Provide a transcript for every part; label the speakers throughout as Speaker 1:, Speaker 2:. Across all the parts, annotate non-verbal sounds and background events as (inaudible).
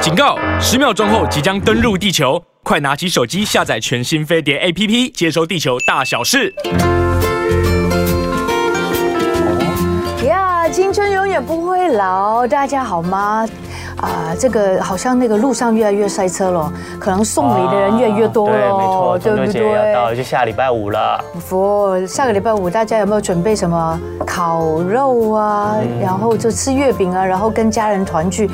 Speaker 1: 警告！十秒钟后即将登陆地球，快拿起手机下载全新飞碟 APP，接收地球大小事。
Speaker 2: 呀，青春永远不会老，大家好吗？啊、这个好像那个路上越来越塞车了，可能送礼的人越来越多
Speaker 3: 啊对，
Speaker 2: 了，
Speaker 3: 没错，中秋
Speaker 2: 不
Speaker 3: 节要到
Speaker 2: 对？
Speaker 3: 了，就下礼拜五了。
Speaker 2: 不，下个礼拜五大家有没有准备什么烤肉啊？
Speaker 3: 嗯
Speaker 2: 然后就吃月饼啊，然后跟家人团聚，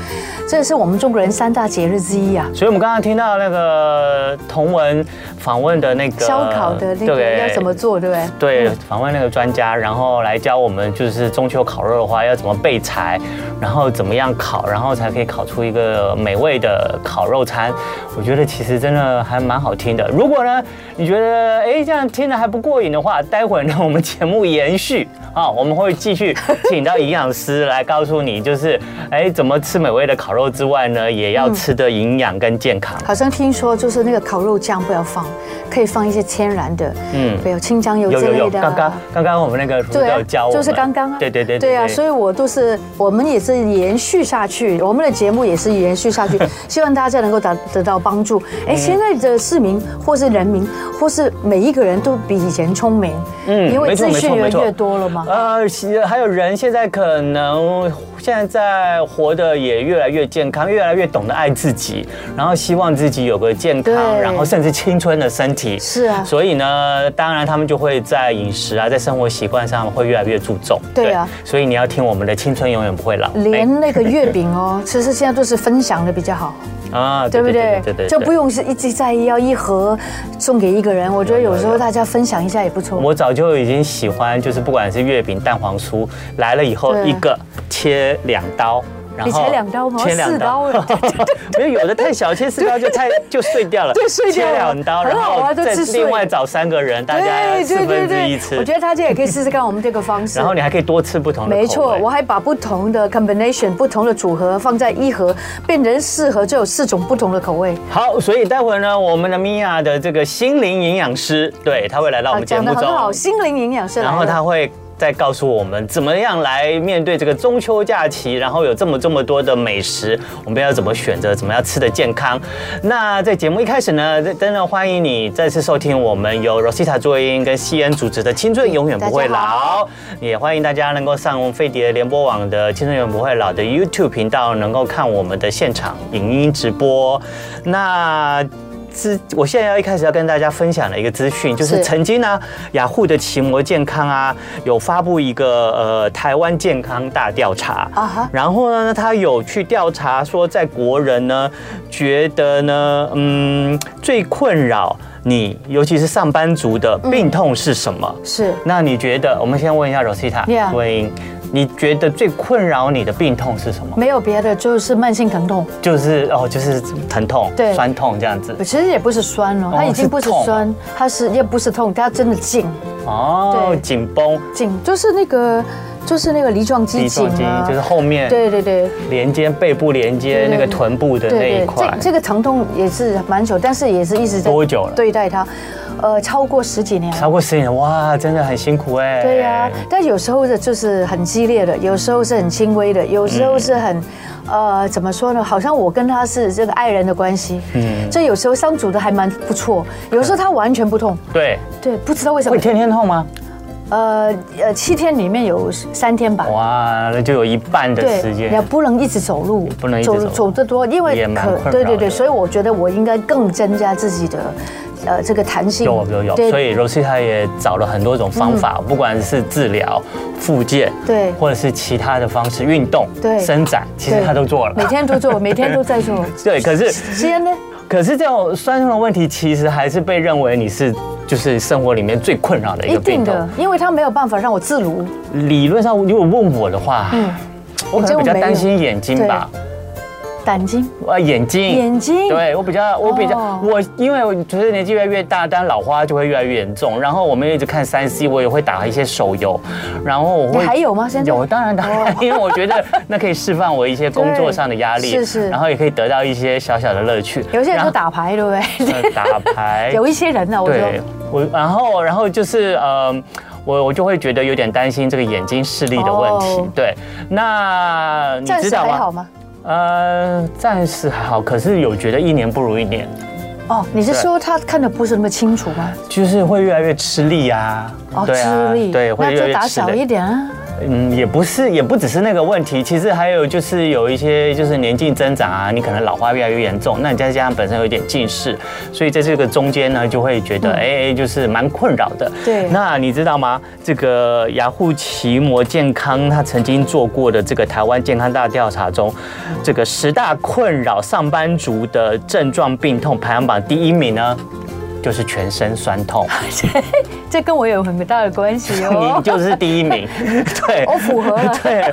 Speaker 2: 这是我们中国人三大节日之一啊。
Speaker 3: 所以我们刚刚听到那个同文访问的那个
Speaker 2: 烧烤的那个
Speaker 3: 对
Speaker 2: 要怎么做，对不对？啊
Speaker 3: 对，访问那个专家，然后来教我们，就是中秋烤肉的话要怎么备材，然后怎么样烤，然后才可以烤出一个美味的烤肉餐。我觉得其实真的还蛮好听的。如果呢，你觉得哎这样听的还不过瘾的话，待会儿呢我们节目延续啊、我们会继续请到营养师来告诉你，就是哎怎么吃美味的烤肉之外呢，也要吃的营养跟健康。
Speaker 2: 好像听说就是那个烤肉酱不要放，可以放一些天然的，嗯
Speaker 3: 嗯，
Speaker 2: 比如清江油
Speaker 3: 有
Speaker 2: 之
Speaker 3: 有
Speaker 2: 类
Speaker 3: 有，
Speaker 2: 的啊。
Speaker 3: 刚刚刚刚我们那个主持
Speaker 2: 对
Speaker 3: 人
Speaker 2: 啊
Speaker 3: 有教我们，
Speaker 2: 就是刚刚啊，
Speaker 3: 对对对
Speaker 2: 对啊，所以我都是我们也是延续下去，我们的节目也是延续下
Speaker 3: (laughs)
Speaker 2: 去，希望大家能够得得到帮助。
Speaker 3: 嗯
Speaker 2: 哎，现在的市民或是人民或是每一个人都比以前聪明，嗯，
Speaker 3: 嗯
Speaker 2: 因为
Speaker 3: 没错
Speaker 2: 资讯
Speaker 3: 没错
Speaker 2: 越
Speaker 3: 没错
Speaker 2: 越多了嘛。
Speaker 3: 呃，其还有人现在可能现在活得也越来越健康，越来越懂得爱自己，然后希望自己有个健康
Speaker 2: 对，
Speaker 3: 然后甚至青春的身体。
Speaker 2: 是啊
Speaker 3: 所以呢，当然他们就会在饮食啊，在生活习惯上会越来越注重。
Speaker 2: 对啊
Speaker 3: 所以你要听我们的青春永远不会老。
Speaker 2: 连
Speaker 3: 哎
Speaker 2: 那个月饼哦，其实现在都是分享的比较好。
Speaker 3: 啊，
Speaker 2: 对不对？
Speaker 3: 对对，
Speaker 2: 就不
Speaker 3: 用。
Speaker 2: 用是一直在意要一盒送给一个人。我觉得有时
Speaker 3: 有
Speaker 2: 候
Speaker 3: 有
Speaker 2: 大家分享一下也不错。
Speaker 3: 我早就已经喜欢，就是不管是月饼、蛋黄酥来了以后
Speaker 2: 对，
Speaker 3: 一个切两刀。然后
Speaker 2: 你切两刀吗
Speaker 3: 切两刀 (laughs)
Speaker 2: 四刀哎，
Speaker 3: 没有有的太小，切四刀就太就碎掉了，
Speaker 2: 对碎掉了
Speaker 3: 切两刀，
Speaker 2: 很
Speaker 3: 然
Speaker 2: 好啊
Speaker 3: 后
Speaker 2: 就
Speaker 3: 再
Speaker 2: 吃碎
Speaker 3: 另外找三个人，大家四分之一吃
Speaker 2: 我，觉得大家也可以试试看我们这个方式
Speaker 3: 然。后你还可以多吃不同的口味。
Speaker 2: 没错，我还把不同的 combination、不同的组合放在一盒，变成四盒，就有四种不同的口味。
Speaker 3: 好，所以待会儿呢，我们的米娅的这个心灵营养师，对，他会来到我们节
Speaker 2: 啊讲
Speaker 3: 目
Speaker 2: 得很
Speaker 3: 中，
Speaker 2: 好，心灵营养师来了。
Speaker 3: 然后他会再告诉我们怎么样来面对这个中秋假期，然后有这么这么多的美食，我们要怎么选择，怎么样吃的健康。那在节目一开始呢，真的欢迎你再次收听我们由 Rosita 作音跟西恩主持的《青春永远不会
Speaker 2: 大家
Speaker 3: 老》，也欢迎大家能够上飞碟联播网的《青春永远不会老》的 YouTube 频道，能够看我们的现场影音直播。那。资，我现在要一开始要跟大家分享的一个资讯，就是
Speaker 2: 是
Speaker 3: 曾经呢，雅虎的奇摩健康啊，有发布一个呃台湾健康大调查
Speaker 2: 啊哈
Speaker 3: 然后呢，他有去调查说，在国人呢觉得呢，嗯，最困扰你，尤其是上班族的
Speaker 2: 嗯
Speaker 3: 病痛是什么？
Speaker 2: 是
Speaker 3: 那你觉得，我们先问一下
Speaker 2: Yeah
Speaker 3: Rosita，问英，你觉得最困扰你的病痛是什么？
Speaker 2: 没有别的，就是慢性疼痛。
Speaker 3: 就是哦，就是疼痛、
Speaker 2: 对
Speaker 3: 酸痛这样子
Speaker 2: 其实也不是酸哦，
Speaker 3: 哦
Speaker 2: 它已经不是
Speaker 3: 是痛
Speaker 2: 酸，它是也不是痛，它真的紧
Speaker 3: 哦
Speaker 2: 对，
Speaker 3: 紧绷。
Speaker 2: 紧，就是那个就是那个梨状肌
Speaker 3: 地
Speaker 2: 紧
Speaker 3: 中肌
Speaker 2: 啊，
Speaker 3: 就是后面
Speaker 2: 对对对。
Speaker 3: 连接背部连接
Speaker 2: 对
Speaker 3: 那个臀部的那一块
Speaker 2: 这，这个疼痛也是蛮久，但是也是一直在
Speaker 3: 多久了
Speaker 2: 对待它，呃，超过十几年了。
Speaker 3: 超过十年，哇，真的很辛苦哎。
Speaker 2: 对呀、但有时候的就是很激烈的，有时候是很轻微的，有时候是
Speaker 3: 嗯
Speaker 2: 很，呃，怎么说呢？好像我跟他是这个爱人的关系，嗯，这有时候相处的还蛮不错，有时候他完全不痛，
Speaker 3: 对，
Speaker 2: 对，不知道为什么
Speaker 3: 会，天天痛吗？
Speaker 2: 呃呃，七天里面有三天吧，
Speaker 3: 哇，那就有一半的时
Speaker 2: 对，也
Speaker 3: 间。
Speaker 2: 不能一直走路，
Speaker 3: 不能一直走路
Speaker 2: 走得多，因为
Speaker 3: 也蛮困扰
Speaker 2: 对对对，
Speaker 3: 的
Speaker 2: 所以我觉得我应该更增加自己的呃这个弹性。
Speaker 3: 有有有，
Speaker 2: 对嗯
Speaker 3: 所以 Rosita 也找了很多种方法，不管是治疗、复健，
Speaker 2: 对
Speaker 3: 或者是其他的方式，运动、
Speaker 2: 对
Speaker 3: 伸展，其实
Speaker 2: 对
Speaker 3: 她都做了。
Speaker 2: 每天都做，每天都在做。
Speaker 3: (laughs) 对，可是
Speaker 2: 时间呢？
Speaker 3: 可是这种酸痛的问题，其实还是被认为你是就是生活里面最困扰的一
Speaker 2: 一
Speaker 3: 个病
Speaker 2: 定
Speaker 3: 痛
Speaker 2: 的。，因为他没有办法让我自如。
Speaker 3: 理论上，如果问我的话，
Speaker 2: 嗯
Speaker 3: 我可能比较担心眼睛吧，
Speaker 2: 胆经、
Speaker 3: 呃，眼睛，
Speaker 2: 眼睛
Speaker 3: 对我比较，我比较，
Speaker 2: 哦
Speaker 3: 我因为我随着年纪越来越大，当然老花就会越来越严重。然后我们一直看三 C，我也会打一些手游，然后我
Speaker 2: 你
Speaker 3: 会
Speaker 2: 还有吗现在哦
Speaker 3: 有，当然当然， (laughs) 因为我觉得那可以释放我一些工作上的压
Speaker 2: (laughs)
Speaker 3: 力，
Speaker 2: 对是是
Speaker 3: 然后也可以得到一些小小的乐趣。
Speaker 2: 有些人
Speaker 3: 然
Speaker 2: 就
Speaker 3: 后
Speaker 2: 打牌，对不对？，
Speaker 3: 呃打
Speaker 2: (laughs)
Speaker 3: 牌
Speaker 2: 有一些人啊呢，我觉
Speaker 3: 对
Speaker 2: 得，
Speaker 3: 我然后然后就是呃，我我就会觉得有点担心这个眼睛视力的问题。
Speaker 2: 哦
Speaker 3: 对，那你
Speaker 2: 暂
Speaker 3: 知
Speaker 2: 时
Speaker 3: 道
Speaker 2: 还好
Speaker 3: 吗？
Speaker 2: 吗？
Speaker 3: 呃，暂时还好，可是有觉得一年不如一年，
Speaker 2: 哦，你是说他看的不是那么清楚吗？
Speaker 3: 就是会越来越吃力啊。
Speaker 2: 哦，
Speaker 3: 对啊
Speaker 2: 吃力，
Speaker 3: 对，会
Speaker 2: 那
Speaker 3: 越来
Speaker 2: 就
Speaker 3: 越
Speaker 2: 打
Speaker 3: 吃
Speaker 2: 小
Speaker 3: 力
Speaker 2: 一点啊。
Speaker 3: 嗯，也不是，也不只是那个问题，其实还有就是有一些就是年纪增长啊，你可能老化越来越严重，那你再加上本身有一点近视，所以在这个中间呢，就会觉得哎、就是蛮困扰的。
Speaker 2: 嗯对
Speaker 3: 那你知道吗？这个雅虎奇摩健康他曾经做过的这个台湾健康大调查中，这个十大困扰上班族的症状病痛排行榜第一名呢，就是全身酸痛，
Speaker 2: 这跟我有很大的关系
Speaker 3: (laughs) 你
Speaker 2: 哦。
Speaker 3: 就是第一名，
Speaker 2: (laughs)
Speaker 3: 对，
Speaker 2: 我符合了
Speaker 3: 对，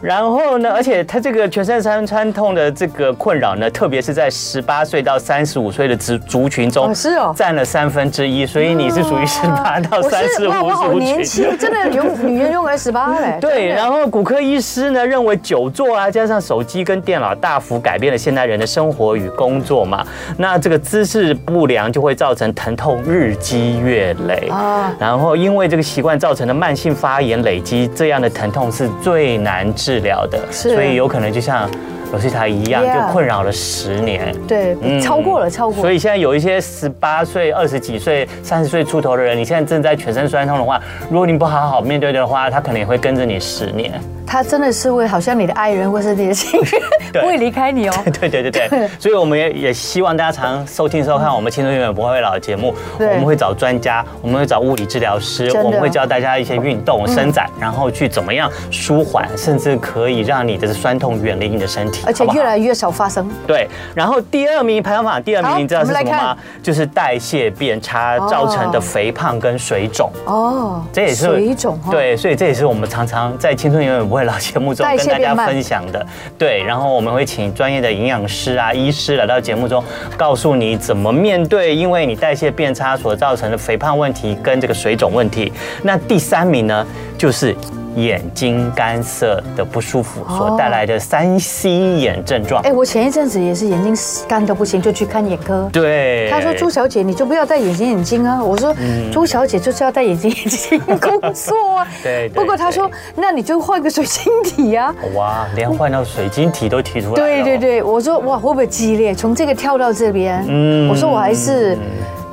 Speaker 3: 然后呢，而且他这个全身酸酸痛的这个困扰呢，特别是在十八岁到三十五岁的族族群中，
Speaker 2: 哦是哦
Speaker 3: 占了三分之一，所以 (laughs) 你是属于十八到
Speaker 2: 我
Speaker 3: 三
Speaker 2: 是
Speaker 3: 十
Speaker 2: 哇，
Speaker 3: 五
Speaker 2: 哦我好
Speaker 3: 族
Speaker 2: 年
Speaker 3: 群。
Speaker 2: 轻，真的永女人永远十八嘞。
Speaker 3: (laughs) 对，
Speaker 2: 真的
Speaker 3: 然后骨科医师呢认为久坐啊，加上手机跟电脑，大幅改变了现代人的生活与工作嘛。那这个姿势不良就会造成疼痛日积月累
Speaker 2: 啊
Speaker 3: 然后因为这个习惯造成的慢性发炎累积，这样的疼痛是最难治疗的，
Speaker 2: 是
Speaker 3: 所以有可能就像罗西塔一样
Speaker 2: Yeah
Speaker 3: 就困扰了十年。
Speaker 2: 对，
Speaker 3: 嗯
Speaker 2: 超过了，超过
Speaker 3: 所
Speaker 2: 了。
Speaker 3: 以现在有一些十八岁、二十几岁、三十岁出头的人，你现在正在全身酸痛的话，如果你不好好面对的话，他可能也会跟着你十年。 (laughs)
Speaker 2: 他真的是会，好像你的爱人或是你的亲人
Speaker 3: 对
Speaker 2: 不会离开
Speaker 3: (laughs)
Speaker 2: 你哦。
Speaker 3: 对对对对，所以我们也也希望大家常收听收看我们《青春永远不会老》的节目，我
Speaker 2: 对
Speaker 3: 们会找专家，我们会找物理治疗师，
Speaker 2: 真的嗯
Speaker 3: 我们会教大家一些运动伸展，然后去怎么样舒缓，甚至可以让你的酸痛远离你的身体，
Speaker 2: 而且
Speaker 3: 好不好
Speaker 2: 越来越少发生。
Speaker 3: 对，然后第二名排行榜第二
Speaker 2: 好
Speaker 3: 名，你知道是什么
Speaker 2: 我们来
Speaker 3: 吗
Speaker 2: 看？
Speaker 3: 就是代谢变差
Speaker 2: 哦
Speaker 3: 造成的肥胖跟水肿。
Speaker 2: 哦，
Speaker 3: 这也是
Speaker 2: 水肿哈。，
Speaker 3: 对，所以这也是我们常常在《青春永远不会老》节目中
Speaker 2: 代谢
Speaker 3: 跟大家
Speaker 2: 变慢
Speaker 3: 分享的。对，然后我们会请专业的营养师啊、医师来到节目中，告诉你怎么面对因为你代谢变差所造成的肥胖问题跟这个水肿问题。那第三名呢，就是。眼睛干涩的不舒服所带来的三 C 眼症状，
Speaker 2: 哎，我前一阵子也是眼睛干的不行，就去看眼科。
Speaker 3: 对，嗯
Speaker 2: 他说：“朱小姐，你就不要戴隐形眼镜啊！”我说：“朱小姐就是要戴隐形眼镜工作啊。”
Speaker 3: (laughs) 对对
Speaker 2: 不过他说：“那你就换个水晶体啊。
Speaker 3: 哇，连换到水晶体都提出”来了，
Speaker 2: 对对，对，我说：“哇，会不会激烈？从这个跳到这边？”
Speaker 3: 嗯
Speaker 2: 我说：“我还是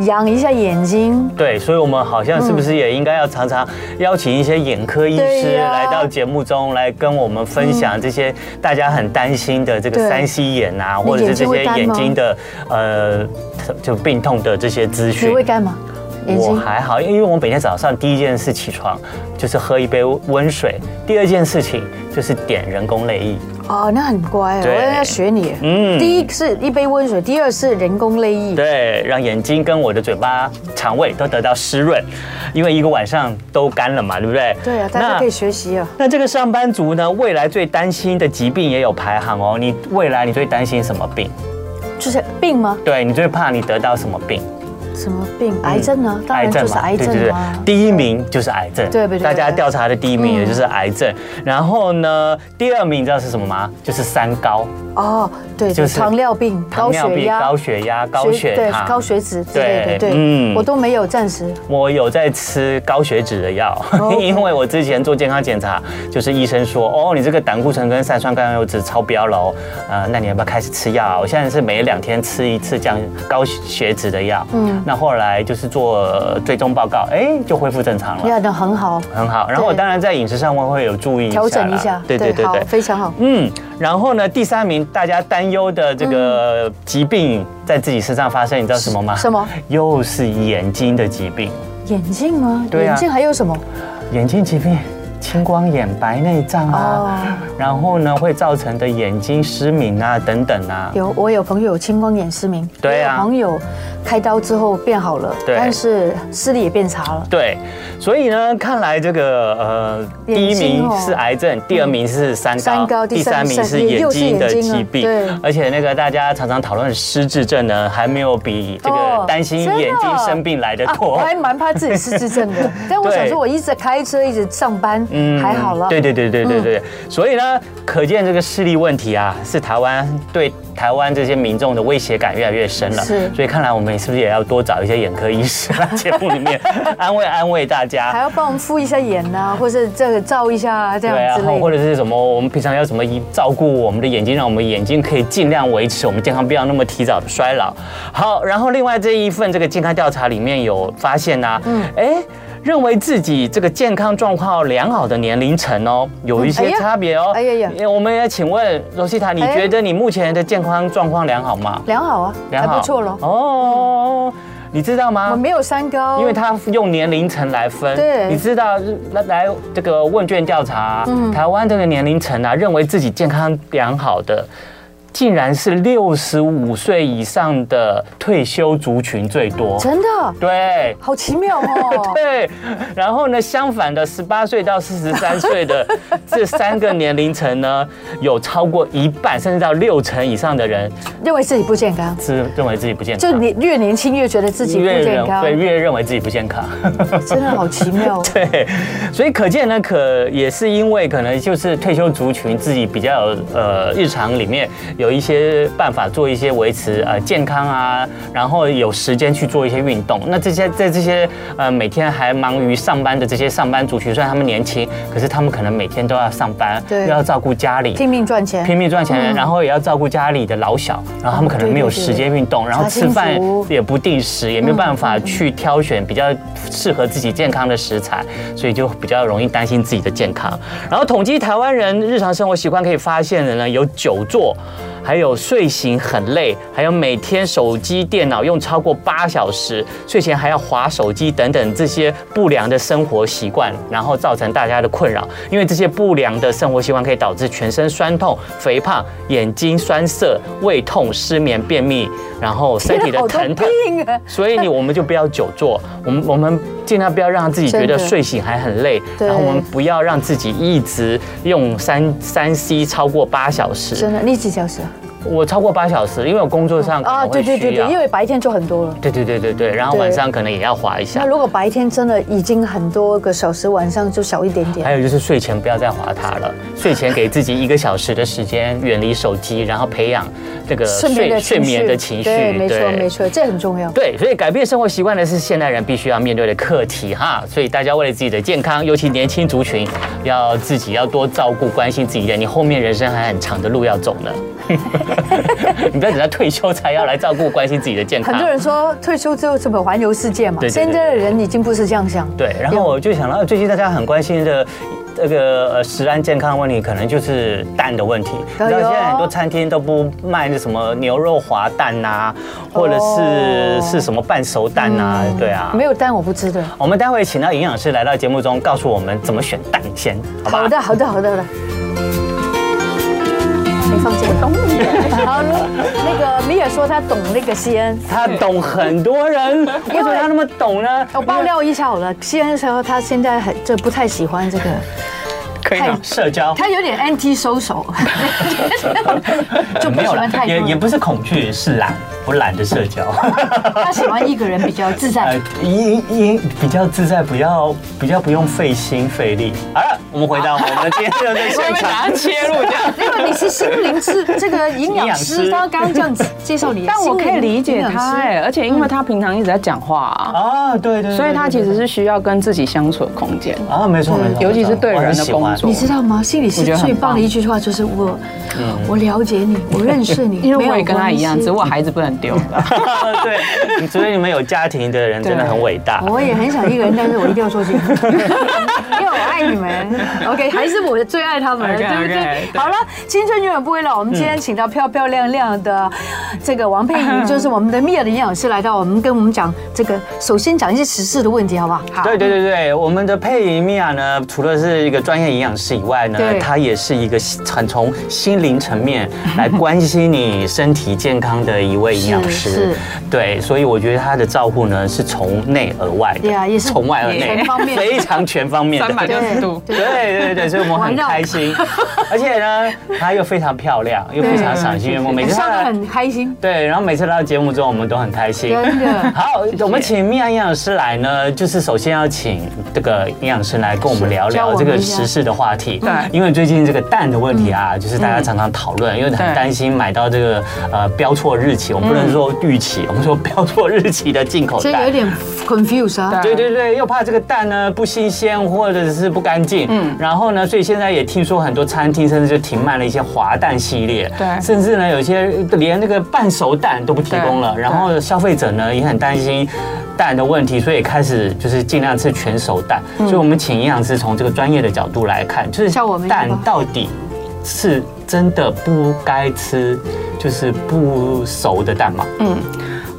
Speaker 2: 养一下眼睛。
Speaker 3: 对，所以我们好像是不是也应该要常常邀请一些眼科医
Speaker 2: 对
Speaker 3: 师
Speaker 2: 呀
Speaker 3: 来到节目中来跟我们分享这些大家很担心的这个
Speaker 2: 对
Speaker 3: 三 C 眼啊，
Speaker 2: 你
Speaker 3: 或者是
Speaker 2: 眼睛
Speaker 3: 这
Speaker 2: 会
Speaker 3: 些
Speaker 2: 干
Speaker 3: 眼
Speaker 2: 吗
Speaker 3: 睛的呃就病痛的这些资”
Speaker 2: 你
Speaker 3: 讯
Speaker 2: 会。干嘛？眼
Speaker 3: 我
Speaker 2: 睛
Speaker 3: 还好，因为我每天早上第一件事起床就是喝一杯温水，第二件事情就是点人工泪液。
Speaker 2: 哦，那很乖，我
Speaker 3: 对
Speaker 2: 要学你。
Speaker 3: 嗯
Speaker 2: 嗯，第一是一杯温水，第二是人工泪液。
Speaker 3: 对，让眼睛跟我的嘴巴、肠胃都得到湿润，因为一个晚上都干了嘛，对不对？
Speaker 2: 对啊，大
Speaker 3: 那
Speaker 2: 家可以学习啊。
Speaker 3: 那这个上班族呢，未来最担心的疾病也有排行哦。你未来你最担心什么病？
Speaker 2: 就是病吗？
Speaker 3: 对你最怕你得到什么病？
Speaker 2: 什么病？癌症啊，当然就是
Speaker 3: 嗯嘛
Speaker 2: 癌症
Speaker 3: 对对对
Speaker 2: 啊，。
Speaker 3: 第一名就是癌症，
Speaker 2: 对不对嗯
Speaker 3: 大家调查的第一名也就是癌症。然后呢，第二名你知道是什么吗？就是三高，
Speaker 2: 哦，对，
Speaker 3: 就
Speaker 2: 就是糖尿病、
Speaker 3: 糖
Speaker 2: 高
Speaker 3: 尿
Speaker 2: 血
Speaker 3: 病、
Speaker 2: 压
Speaker 3: 高、血压、高血
Speaker 2: 对
Speaker 3: 糖。
Speaker 2: 高血脂之类的，
Speaker 3: 对
Speaker 2: 对，
Speaker 3: 嗯
Speaker 2: 我都没有，暂时
Speaker 3: 我有在吃高血脂的药
Speaker 2: OK
Speaker 3: (laughs) 因为我之前做健康检查，就是医生说，哦，你这个胆固醇跟三酸甘油脂超标了哦，呃，那你要不要开始吃药啊？我现在是每两天吃一次降高血脂的药，嗯，那后来就是做呃追踪报告，哎，就恢复正常了，
Speaker 2: 练得很好，
Speaker 3: 很好。然后我
Speaker 2: 对
Speaker 3: 当然在饮食上我会有注意
Speaker 2: 调整
Speaker 3: 啦
Speaker 2: 一下，
Speaker 3: 对对对
Speaker 2: 好
Speaker 3: 对，，
Speaker 2: 非常好。
Speaker 3: 嗯，然后呢，第三名大家担忧的这个疾病在自己身上发生，你知道什么吗？
Speaker 2: 嗯什么？
Speaker 3: 又是眼睛的疾病。
Speaker 2: 眼镜吗？
Speaker 3: 对啊
Speaker 2: 眼镜还有什么？
Speaker 3: 眼睛疾病、青光眼、白内障
Speaker 2: 哦
Speaker 3: 啊，然后呢会造成的眼睛失明啊等等啊。
Speaker 2: 有，我有朋友有青光眼失明，
Speaker 3: 对啊
Speaker 2: 我有朋友开刀之后变好了，
Speaker 3: 对
Speaker 2: 但是视力也变差了。
Speaker 3: 对，所以呢，看来这个呃，第一
Speaker 2: 眼睛
Speaker 3: 名
Speaker 2: 哦
Speaker 3: 是癌症，第二名是三高，
Speaker 2: 三高
Speaker 3: 第
Speaker 2: 第
Speaker 3: 三
Speaker 2: 三
Speaker 3: 名是
Speaker 2: 是
Speaker 3: 眼
Speaker 2: 又是
Speaker 3: 睛的
Speaker 2: 眼睛啊
Speaker 3: 疾病
Speaker 2: 对。
Speaker 3: 而且那个大家常常讨论的失智症呢，还没有比这个
Speaker 2: 哦
Speaker 3: 担心
Speaker 2: 真的
Speaker 3: 眼睛生病来的
Speaker 2: 啊，我
Speaker 3: 多。 (laughs)
Speaker 2: 还蛮怕自己失智症的，但我想
Speaker 3: 对
Speaker 2: 说，我一直在开车，一直上班，嗯，还好了。嗯
Speaker 3: 对对对对对对，所以呢，可见这个视力问题啊，是台湾对台湾这些民众的威胁感越来越深了。
Speaker 2: 是
Speaker 3: 所以看来我们是不是也要多找一些眼科医师来节目
Speaker 2: (laughs)
Speaker 3: 里面安慰安慰大
Speaker 2: 还
Speaker 3: 家？
Speaker 2: 要帮我们敷一下眼呐、或是这个照一下啊这
Speaker 3: 对啊
Speaker 2: 样，之
Speaker 3: 或
Speaker 2: 类
Speaker 3: 或
Speaker 2: 的。
Speaker 3: 者是什么？我们平常要怎么照顾我们的眼睛，让我们眼睛可以尽量维持我们健康，不要那么提早的衰老。好，然后另外这一份这个健康调查里面有发现呐、嗯，哎。认为自己这个健康状况良好的年龄层哦，有一
Speaker 2: 哎
Speaker 3: 些
Speaker 2: 呀
Speaker 3: 差别哦。
Speaker 2: 哎呀呀
Speaker 3: 哎我们也请问罗西塔，你
Speaker 2: 哎
Speaker 3: 觉得你目前的健康状况良好吗？
Speaker 2: 良好啊，
Speaker 3: 良好，
Speaker 2: 还不错咯。嗯
Speaker 3: 哦，你知道
Speaker 2: 我
Speaker 3: 吗？
Speaker 2: 没有三高，
Speaker 3: 因为它用年龄层来分，
Speaker 2: 哦对
Speaker 3: 你知道来来这个问卷调查，
Speaker 2: 嗯
Speaker 3: 台湾这个年龄层啊，认为自己健康良好的。竟然是六十五岁以上的退休族群最多，
Speaker 2: 真的啊
Speaker 3: 对，
Speaker 2: 好奇妙哦。
Speaker 3: (laughs) 对，然后呢，相反的，十八岁到四十三岁的
Speaker 2: (laughs)
Speaker 3: 这三个年龄层呢，有超过一半，甚至到六成以上的人
Speaker 2: 认为自己不健康，
Speaker 3: 是认为自己不健康，
Speaker 2: 就你越年轻越觉得自己不
Speaker 3: 越
Speaker 2: 健
Speaker 3: 认
Speaker 2: 康，
Speaker 3: 对越认为自己不健康。
Speaker 2: 真的好奇妙哦。
Speaker 3: (laughs) 对，所以可见呢，可也是因为可能就是退休族群自己比较有呃日常里面有一些办法做一些维持呃健康啊，然后有时间去做一些运动。那这些在这些呃每天还忙于上班的这些上班族群，虽然他们年轻，可是他们可能每天都要上班，
Speaker 2: 对
Speaker 3: 又要照顾家里，
Speaker 2: 拼命赚钱，
Speaker 3: 拼命赚钱，然后也要照顾家里的老小，然后他们可能没有时间运动，然后吃
Speaker 2: 查
Speaker 3: 饭
Speaker 2: 清楚
Speaker 3: 也不定时，也没有办法去挑选比较适合自己健康的食材，所以就比较容易担心自己的健康。然后统计台湾人日常生活习惯可以发现的呢，有久坐。还有睡醒很累，还有每天手机、电脑用超过八小时，睡前还要划手机等等这些不良的生活习惯，然后造成大家的困扰。因为这些不良的生活习惯可以导致全身酸痛、肥胖、眼睛酸涩、胃痛、失眠、便秘，然后身体的
Speaker 2: 好多
Speaker 3: 疼痛。
Speaker 2: 病啊，
Speaker 3: (laughs) 所以你我们就不要久坐，我们我们尽量不要让自己觉
Speaker 2: 真
Speaker 3: 得
Speaker 2: 的
Speaker 3: 睡醒还很累，
Speaker 2: 对
Speaker 3: 然后我们不要让自己一直用三三 C 超过八小时。
Speaker 2: 真的，你几小时啊？啊
Speaker 3: 我超过八小时，因为我工作上可
Speaker 2: 对
Speaker 3: 能会
Speaker 2: 哦对对对，
Speaker 3: 需要
Speaker 2: 因。为白天做很多了。
Speaker 3: 对对对对对，然后
Speaker 2: 对
Speaker 3: 晚上可能也要划一
Speaker 2: 那
Speaker 3: 下。
Speaker 2: 如果白天真的已经很多个小时，晚上就少一点点。
Speaker 3: 还有就是睡前不要再划它了，睡前给自己一个小时的时间远离手机，然后培养这个
Speaker 2: 睡眠
Speaker 3: 睡
Speaker 2: 的
Speaker 3: 睡
Speaker 2: 情绪
Speaker 3: 眠的情绪。
Speaker 2: 对，没错
Speaker 3: 对
Speaker 2: 没错，这很重要。
Speaker 3: 对，所以改变生活习惯呢是现代人必须要面对的课题哈。所以大家为了自己的健康，尤其年轻族群，要自己要多照顾、关心自己的。你后面人生还很长的路要走 (laughs) 呢，你不要等到退休才要来照顾、关心自己的健康。
Speaker 2: 很多人说退休之后怎么环游世界嘛
Speaker 3: 对，对对
Speaker 2: 现在的人已经不是这样想。
Speaker 3: 对，然后我就想到最近大家很关心的。这个呃，食安健康的问题可能就是蛋的问题。你
Speaker 2: 哎
Speaker 3: 知
Speaker 2: 呦
Speaker 3: 道现在很多餐厅都不卖那什么牛肉滑蛋呐、或者是
Speaker 2: 哦
Speaker 3: 是什么半熟蛋呐、对啊。
Speaker 2: 没有蛋我不知道。
Speaker 3: 我们待会请到营养师来到节目中，告诉我们怎么选蛋先，好吧？
Speaker 2: 好的，好的，好的，好的。你放
Speaker 3: (laughs)
Speaker 2: 这个懂你。好，那个米尔说他懂那个西恩。
Speaker 3: 他懂很多人，为什么他那么懂呢？
Speaker 2: 我哦爆料一下好了，西恩说他现在很就不太喜欢这个，
Speaker 3: 可以吗？社交。
Speaker 2: 他有点 anti
Speaker 3: (laughs)
Speaker 2: social，就不喜欢太
Speaker 3: 也也
Speaker 2: 多。
Speaker 3: 不是恐惧，是懒，我懒得社
Speaker 4: (laughs)
Speaker 3: 交。
Speaker 2: 他喜欢一个人比较自在
Speaker 4: 哎
Speaker 3: (laughs) 呃。，一一比较自在，比较比较不用费心费力。好了，我们回到我们今天就
Speaker 4: (laughs)
Speaker 3: 在现场切入这样。
Speaker 2: 因为你是心灵师，这个营
Speaker 3: 营
Speaker 2: 养
Speaker 3: 养师
Speaker 2: 师，他刚刚这样子介绍你，
Speaker 4: (laughs) 但我可以理
Speaker 2: 心
Speaker 4: 解
Speaker 2: 灵营
Speaker 4: 他
Speaker 2: 养师
Speaker 4: 哎，而且因为他平常一直在讲话啊，
Speaker 3: 啊，对对，对
Speaker 4: 所以他其实是需要跟自己相处的空间。
Speaker 3: 啊，没错没错，
Speaker 4: 尤其
Speaker 3: 没错
Speaker 4: 是对人的工作
Speaker 2: 你知道吗？心理师
Speaker 4: 我觉得很
Speaker 2: 最
Speaker 4: 棒
Speaker 2: 棒的一句话就是我，我了解你，我认识你，
Speaker 4: 因为我
Speaker 2: 没
Speaker 4: 也
Speaker 2: 有
Speaker 4: 跟他一样，
Speaker 2: 关系
Speaker 4: 只是我孩子不能丢。
Speaker 3: (laughs) 我很喜欢 (laughs) 对，所以你们有家庭的人真的很伟
Speaker 4: (laughs)
Speaker 3: 大。
Speaker 2: 我也很想一个人，但是我一定要做节目，因为我爱你们。OK，还是我最爱他们，
Speaker 4: OK，OK，
Speaker 2: 对不对？
Speaker 4: 对
Speaker 2: 好了，青春永远不会老。我们今天请到漂漂亮亮的这个王佩
Speaker 4: (laughs)
Speaker 2: 莹，就是我们的蜜儿的营养师来到我们跟我们讲这个，首先讲一些时事的问题，好不好？好。
Speaker 3: 对对对对，我们的配音米娅呢，除了是一个专业营养养师以外呢
Speaker 2: 对，
Speaker 3: 他也是一个很从心灵层面来关心你身体健康的一位营养
Speaker 2: 是
Speaker 3: 师
Speaker 2: 是。
Speaker 3: 对，所以我觉得他的照顾呢是从内而外的
Speaker 2: 对啊也是
Speaker 3: 从外而内，
Speaker 2: 全方面
Speaker 3: 非常全方面的。
Speaker 4: 三百六十度，
Speaker 2: 对
Speaker 3: 对对对，所以我们很
Speaker 2: (laughs)
Speaker 3: 开心，而且呢，她又非常漂亮，又非常赏心悦目，每次
Speaker 2: 笑
Speaker 3: 她
Speaker 2: 得
Speaker 3: 来
Speaker 2: 很开心，
Speaker 3: 对，然后每次来到节目中，我们都很开心。
Speaker 2: 真的
Speaker 3: (laughs) 好，我们请米娅营养师来呢，就是首先要请这个营养师来跟我们聊
Speaker 2: 教我
Speaker 3: 聊
Speaker 2: 们
Speaker 3: 这个
Speaker 2: 一下嗯
Speaker 3: 时事的话题。
Speaker 4: 对
Speaker 3: 因为最近这个蛋的问题啊，就是大家常常讨论，因为很
Speaker 4: 对
Speaker 3: 担心买到这个呃标错日期，我们不能说预期，我们说标错日期的进口
Speaker 2: 所以嗯有
Speaker 3: 蛋
Speaker 2: 一。点 confuse 啊。
Speaker 4: 对
Speaker 3: 对对对，又怕这个蛋呢不新鲜或者是不干净，嗯，然后呢，所以现在也听说很多餐厅甚至就停卖了一些滑蛋系列，
Speaker 4: 对
Speaker 3: 甚至呢有些连那个半熟蛋都不提供了，
Speaker 4: 对
Speaker 3: 然后消费者呢也很担心蛋的问题，所以开始就是尽量吃全熟蛋，所以我们请营养师从这个专业的角度来看，就是
Speaker 2: 像我们一样
Speaker 3: 蛋
Speaker 2: 吧
Speaker 3: 到底是真的不该吃，就是不熟的蛋嘛，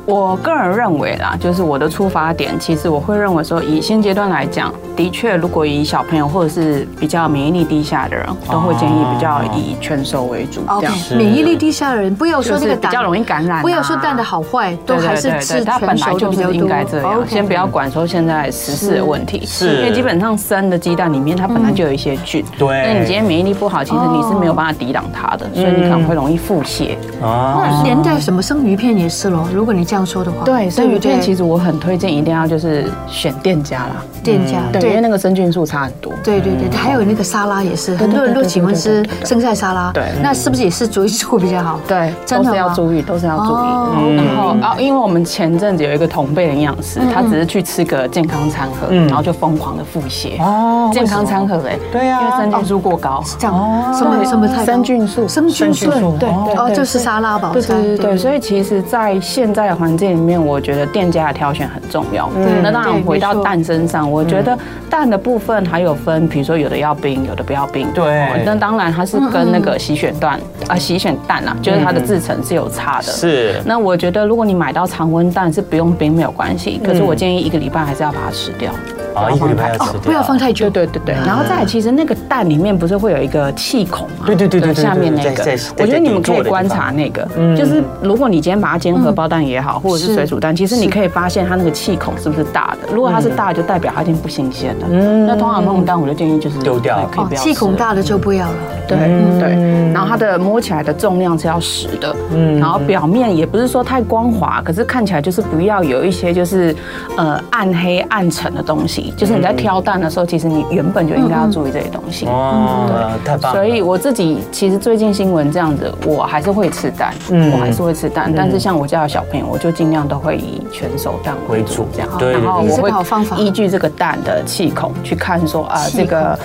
Speaker 4: 我个人认为啦，就是我的出发点，其实我会认为说，以现阶段来讲，的确，如果以小朋友或者是比较免疫力低下的人，都会建议比较以全熟为主，这样
Speaker 2: OK，免疫力低下的人不要说
Speaker 4: 就
Speaker 2: 那
Speaker 4: 是
Speaker 2: 个
Speaker 4: 比
Speaker 2: 蛋
Speaker 4: 较容易感染啊。
Speaker 2: 不要说蛋的好坏，都
Speaker 4: 对对
Speaker 2: 还是
Speaker 4: 对
Speaker 2: 吃
Speaker 4: 对它本
Speaker 2: 全
Speaker 4: 来
Speaker 2: 熟的
Speaker 4: 就
Speaker 2: 比
Speaker 4: 是
Speaker 2: 较
Speaker 4: 应该这
Speaker 2: 多。哦
Speaker 4: 样，先不要管说现在时事的问题，因为基本上生的鸡蛋里面它
Speaker 2: 嗯
Speaker 4: 本来就有一些菌，
Speaker 3: 对
Speaker 4: 那你今天免疫力不好，其实你是
Speaker 2: 哦
Speaker 4: 没有办法抵挡它的，所以你可
Speaker 2: 嗯
Speaker 4: 能会容易腹泻。哦
Speaker 3: 啊
Speaker 2: 那连带什么生鱼片也是咯，如果你这样说的话，
Speaker 4: 对，生鱼片其
Speaker 2: 实
Speaker 4: 实我很推荐，一定要就是选店家啦，
Speaker 2: 店家
Speaker 4: 嗯对，因为那嗯个真菌数差很多。
Speaker 2: 对对对，还有那个沙拉也是，很多人都喜欢吃生菜沙拉。
Speaker 4: 对对对
Speaker 2: 那是不是也是煮一煮比较好？
Speaker 4: 对，
Speaker 2: 真
Speaker 4: 都
Speaker 2: 的
Speaker 4: 是要
Speaker 2: 吗
Speaker 4: 注意，都是要注
Speaker 2: 哦
Speaker 4: 意。然后啊，因为我们前阵子有一个同辈的营养
Speaker 2: 嗯
Speaker 4: 师，他只是去吃个健康餐盒，然后就疯狂的腹泻。
Speaker 3: 哦
Speaker 4: 健康餐盒哎，
Speaker 3: 嗯对啊
Speaker 4: 因为生菌数过高。
Speaker 2: 这样什么什么菜？
Speaker 4: 哦生菌素，
Speaker 2: 生菌素
Speaker 4: 生对对
Speaker 2: 哦，
Speaker 4: 对
Speaker 2: 就是沙拉吧。
Speaker 4: 对
Speaker 2: 我猜
Speaker 4: 对对对，所以其实，在现在的环境里面，我觉得店家的挑选很重要。那当
Speaker 2: 对
Speaker 4: 然回到
Speaker 2: 没错
Speaker 4: 蛋身上，我觉得蛋的部分还有分，比如说有的要冰，有的不要冰。
Speaker 3: 对
Speaker 4: 哦那当然它是跟那个洗选蛋啊，洗选蛋啊，就是它的制成嗯是有差的。。
Speaker 3: 是。
Speaker 4: 那我觉得，如果你买到常温蛋是不用冰没有关系，可是我建议一个礼拜还是要把它吃掉。
Speaker 3: 啊，一个礼拜要吃掉，
Speaker 2: 哦不要放太久。
Speaker 4: 对对对对，然后再来，其实那个蛋里面不是会有一个气孔吗？
Speaker 3: 对对对对对对
Speaker 4: 下面那
Speaker 3: 在在
Speaker 4: 个
Speaker 3: 在，
Speaker 4: 我觉得你们可
Speaker 3: 在
Speaker 4: 以
Speaker 3: 底座的地方
Speaker 4: 观察那个，就是如果你今天把它煎荷包蛋也好，或者是水煮蛋，其实你可以发现它那个气孔是不是大的。如果它是大，就代表它已经不新鲜了。那通常那种蛋，我就建议就是
Speaker 3: 丢掉
Speaker 4: 可以不要吃
Speaker 2: 哦气孔大的就不要了。
Speaker 3: 嗯
Speaker 4: 对
Speaker 2: 嗯
Speaker 4: 对，然后它的摸起来的重量是要实的，嗯，然后表面也不是说太光滑，可是看起来就是不要有一些就是呃暗黑暗沉的东西，就是你在挑蛋的时候，其实你原本就应该要注意这些东西。
Speaker 2: 嗯哦
Speaker 3: 哇，哦太棒了！
Speaker 4: 嗯所以我自己其实最近新闻这样子，我还是会吃蛋，我还是会吃
Speaker 2: 嗯
Speaker 4: 蛋，但是像我家的小朋友，我就尽量都会以全熟蛋为主这样，
Speaker 3: 对对对
Speaker 4: 然后
Speaker 2: 也是
Speaker 4: 我
Speaker 2: 个
Speaker 4: 会
Speaker 2: 好方法
Speaker 4: 依据这个蛋的气孔去看说啊
Speaker 2: 气孔
Speaker 4: 这个。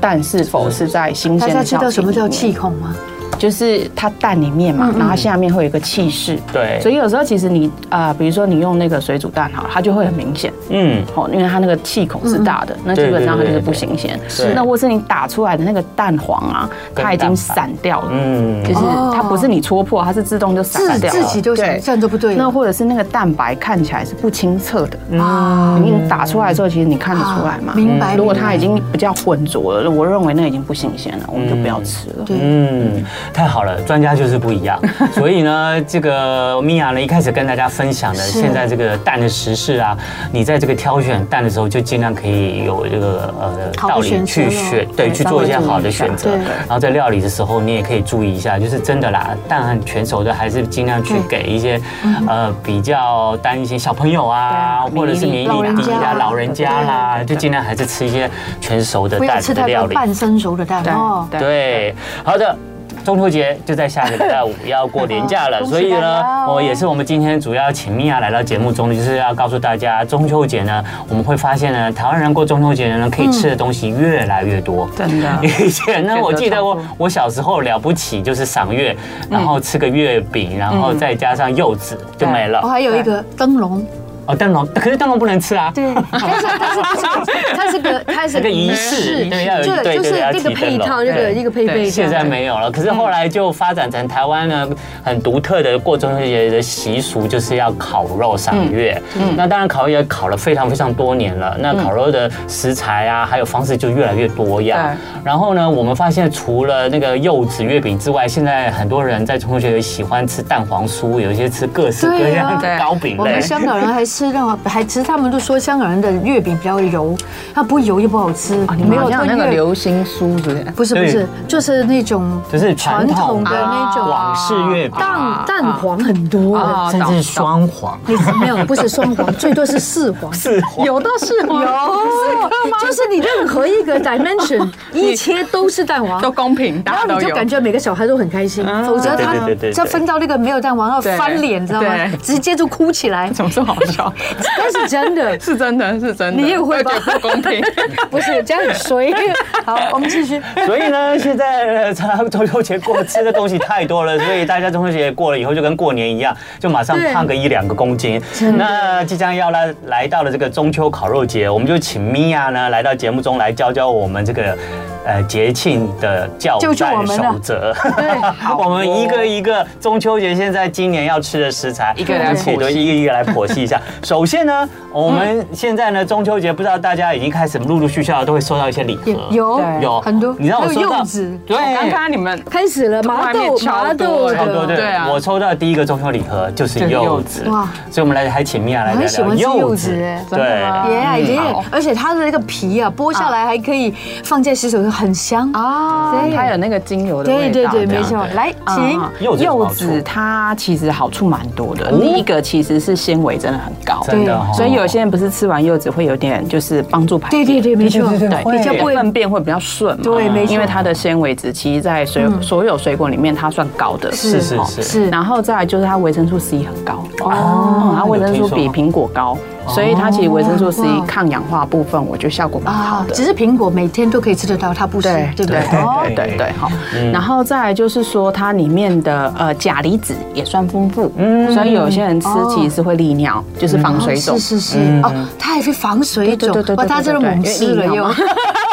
Speaker 4: 蛋是否是在新
Speaker 2: 大
Speaker 4: 鲜
Speaker 2: 家
Speaker 4: 的
Speaker 2: 知
Speaker 4: 小
Speaker 2: 道什么
Speaker 4: 瓶
Speaker 2: 叫
Speaker 4: 里面
Speaker 2: 气孔吗？
Speaker 4: 就是它蛋里面
Speaker 2: 嗯
Speaker 4: 嘛，然后下面会有一个气势。
Speaker 3: 对
Speaker 4: 所以有时候其实你呃，比如说你用那个水煮蛋哈，它就会很明显
Speaker 3: 嗯，
Speaker 4: 哦，因为它那个气孔是大的，那基本上它就是不新鲜。
Speaker 3: 对
Speaker 4: 那或是你打出来的那个蛋黄啊，
Speaker 3: 跟
Speaker 4: 它已经
Speaker 3: 蛋白
Speaker 4: 散掉了，
Speaker 3: 嗯
Speaker 4: 就是
Speaker 2: 哦
Speaker 4: 它不是你戳破，它是自动就散
Speaker 2: 自
Speaker 4: 掉了。
Speaker 2: 自己就想
Speaker 4: 对
Speaker 2: 这样就不对
Speaker 4: 那
Speaker 2: 了。
Speaker 4: 或者是那个蛋白看起来是不清澈的，
Speaker 3: 嗯
Speaker 2: 啊，
Speaker 4: 你打出来的时候，其实你看得出来嘛
Speaker 2: 啊。
Speaker 4: 嗯
Speaker 2: 明白
Speaker 4: 如果它已经比较浑浊了，我认为那已经不新鲜了，我们就不要吃了。
Speaker 2: 对，
Speaker 3: 嗯，太好了，专家就是不一样。所以呢，这个米娅呢一开始跟大家分享的，
Speaker 2: 是
Speaker 3: 现在这个蛋的时事啊，你在这个挑选蛋的时候，就尽量可以有这个呃
Speaker 2: 好的
Speaker 3: 道理
Speaker 2: 选择
Speaker 3: 去
Speaker 2: 咯
Speaker 3: 选，对，
Speaker 4: 对
Speaker 3: 去
Speaker 4: 稍
Speaker 3: 做一
Speaker 4: 微
Speaker 3: 些
Speaker 4: 注意
Speaker 3: 好的
Speaker 4: 一下
Speaker 3: 选择。
Speaker 2: 对
Speaker 3: 然后在料理的时候，你也可以注意一下，就是真的啦，蛋很全熟的，还是尽量去
Speaker 2: 对
Speaker 3: 给一些呃比较担心小朋友啊，
Speaker 4: 对
Speaker 3: 或者是免疫
Speaker 4: 老
Speaker 3: 力
Speaker 2: 人
Speaker 3: 低
Speaker 2: 家
Speaker 3: 啊、老人家啦，
Speaker 4: 对对
Speaker 3: 就尽量还是吃一些全熟的
Speaker 2: 不要
Speaker 3: 蛋
Speaker 2: 吃
Speaker 3: 的
Speaker 2: 太
Speaker 3: 料
Speaker 2: 多
Speaker 3: 理。
Speaker 2: 半生熟的蛋哦。
Speaker 3: 对，好的。中秋节就在下个礼拜五要过年假了，
Speaker 2: 恭喜
Speaker 3: 所以
Speaker 2: 大
Speaker 3: 呢
Speaker 2: 家，哦
Speaker 3: 我也是我们今天主要请米娅来到节目中，就是要告诉大家，中秋节呢，我们会发现呢，台湾人过中秋节呢，可以吃的东西越来越多。
Speaker 4: 真的。
Speaker 3: 以前呢，
Speaker 4: 选择
Speaker 3: 我记得我
Speaker 4: 超多
Speaker 3: 我小时候了不起就是赏月，然后吃个月饼，然后再加上柚子就没了
Speaker 2: 嗯我。还有一个灯笼，
Speaker 3: 哦，灯笼，可是灯笼不能吃啊。
Speaker 2: 对，但是但是它是它是个它是
Speaker 3: 那个仪式对要有
Speaker 2: 就
Speaker 3: 对
Speaker 2: 就是
Speaker 3: 对要
Speaker 2: 那个
Speaker 3: 提
Speaker 2: 配
Speaker 3: 灯笼
Speaker 2: 套，那个
Speaker 3: 对
Speaker 2: 一个配备这样。
Speaker 3: 现在没有
Speaker 2: 嗯
Speaker 3: 了，可是后来就发展成台湾呢很独特的过中秋节的习俗，就是要烤肉赏月。
Speaker 2: 嗯
Speaker 3: 那当然烤肉也烤了非常非常多年了，那烤肉的食材啊，还有方式就越来越多样。然后呢，我们发现除了那个柚子月饼之外，现在很多人在中秋节喜欢吃蛋黄酥，有一些吃各式各
Speaker 2: 对啊
Speaker 3: 样的糕饼
Speaker 2: 我
Speaker 3: 类
Speaker 2: 们。香港人还吃那种，还其实他们都说香港人的月饼比较油，它不油又不好吃，
Speaker 3: 哦
Speaker 4: 哦你们好
Speaker 2: 炖
Speaker 4: 像那个
Speaker 2: 月
Speaker 4: 流心酥之类的，
Speaker 2: 不是不
Speaker 3: 对
Speaker 2: 是，就是那种
Speaker 3: 就是
Speaker 2: 传
Speaker 3: 传
Speaker 2: 统
Speaker 3: 统
Speaker 2: 的
Speaker 3: 的
Speaker 2: 那种
Speaker 3: 广式月饼，
Speaker 2: 蛋蛋黄很多的，
Speaker 4: 啊
Speaker 5: 甚
Speaker 4: 懂
Speaker 5: 至双黄，
Speaker 2: 你没有不是双
Speaker 3: (laughs)
Speaker 2: 黄，最多是四黄。
Speaker 3: 是
Speaker 4: 有到是有
Speaker 2: 就是你任何一个 dimension，一切都是蛋黄
Speaker 4: (laughs) 都。公平，
Speaker 2: 然
Speaker 4: 大家
Speaker 2: 后
Speaker 4: 都
Speaker 2: 你就
Speaker 4: 有嗯
Speaker 2: 感。觉每个小孩都很开心，否则他
Speaker 3: 对对对对对
Speaker 2: 他分到那个没有蛋黄，要
Speaker 4: 对
Speaker 2: 翻脸，知道吗
Speaker 4: 对？
Speaker 2: 直接就哭起来，
Speaker 4: 怎么这么好 (laughs) 笑？
Speaker 2: 那是真
Speaker 4: (laughs)
Speaker 2: 的。
Speaker 4: 是真的，是真的。
Speaker 2: 你也会吧
Speaker 4: 我觉得不公 (laughs) 平。
Speaker 2: 不是，这样很衰。好，我们继续。
Speaker 3: (laughs) 所以呢，现在呃中秋节过吃的东西太多了，所以大家中秋节过了以后就跟过年一样，就马上
Speaker 2: 对
Speaker 3: 胖个一两个公斤。那即将要来来到了这个中秋烤肉节，我们就请米娅呢来到节目中来教教我们这个。呃，节庆的教
Speaker 2: 救救我
Speaker 3: 战
Speaker 2: 们
Speaker 3: 守则，
Speaker 4: 好
Speaker 3: (laughs) 我们一
Speaker 4: 哦
Speaker 3: 个一个中秋节现在今年要吃的食材，
Speaker 4: 一个来
Speaker 3: 我们请
Speaker 4: 剖
Speaker 3: 都
Speaker 4: 析
Speaker 3: 一个一个来剖析一下。首先呢，我们现在呢中秋节，不知道大家已经开始陆陆续续地都会收到一些礼盒，
Speaker 2: 有
Speaker 4: 对
Speaker 3: 有
Speaker 2: 很多，
Speaker 3: 你让我
Speaker 2: 还有
Speaker 3: 收到
Speaker 2: 柚子，
Speaker 3: 对，
Speaker 4: 刚刚你们
Speaker 2: 开始了麻
Speaker 4: 外面
Speaker 2: 豆
Speaker 4: 超
Speaker 2: 麻豆
Speaker 4: 多
Speaker 2: 的，
Speaker 3: 差不多对。
Speaker 4: 对啊
Speaker 3: 我抽到的第一个中秋礼盒就是柚子，
Speaker 2: 哇
Speaker 3: 所以我们来还请米娅来
Speaker 2: 我
Speaker 3: 聊
Speaker 2: 很喜
Speaker 3: 聊
Speaker 2: 欢吃柚
Speaker 3: 柚
Speaker 2: 子
Speaker 3: 子
Speaker 2: 哎，
Speaker 4: 真的吗
Speaker 3: 嗯
Speaker 2: 爷啊爷
Speaker 4: 好，
Speaker 2: 而且它的那个皮啊，剥下来还可以放在洗手间，很香。
Speaker 4: 啊
Speaker 2: 对，
Speaker 4: 它有那个精油的
Speaker 2: 对
Speaker 4: 味
Speaker 2: 对
Speaker 4: 道。
Speaker 2: 对，
Speaker 4: 这
Speaker 2: 没
Speaker 4: 样
Speaker 2: 错。来，请
Speaker 4: 啊
Speaker 3: 柚子有什么
Speaker 4: 柚
Speaker 3: 好处
Speaker 4: 子它其实好处蛮多的。第一个其实是纤维真的很高，
Speaker 3: 真的哦，
Speaker 4: 所以有些人不是吃完柚子会有点就是帮助排
Speaker 2: 对
Speaker 4: 便，
Speaker 2: 对对，没错，
Speaker 5: 对对对
Speaker 4: 对，
Speaker 2: 比较不会
Speaker 4: 粪便会比较顺嘛，
Speaker 2: 对没错
Speaker 4: 因为它的纤维质其实，在水所有水果里面它算高的，
Speaker 2: 是
Speaker 3: 是是是，
Speaker 2: 哦是
Speaker 4: 然后再来就是它维生素 C 很高
Speaker 2: 哦
Speaker 3: 啊
Speaker 4: 哦，它维生素比
Speaker 3: 有
Speaker 4: 苹果高，所以它其实维生素 C
Speaker 2: 哇
Speaker 4: 抗氧化部分，我觉得效果蛮好
Speaker 2: 啊，
Speaker 4: 的。
Speaker 2: 只是苹果每天都可以吃得到，它不是，
Speaker 4: 对
Speaker 2: 对不对
Speaker 4: 对？对
Speaker 2: 哦，
Speaker 4: 对对对，好。然后再来就是说，它里面的呃钾离子也算丰富，所以有些人吃
Speaker 2: 哦
Speaker 4: 其实是会利尿，就是防水肿嗯
Speaker 2: 是。是是，哦，它还会防水肿
Speaker 4: 对对对，对
Speaker 2: 哇，
Speaker 4: 对
Speaker 2: 它真的
Speaker 4: 对对
Speaker 2: 猛吃了
Speaker 4: 因为
Speaker 2: 又
Speaker 4: (laughs) 你。
Speaker 2: 吃了很多月饼，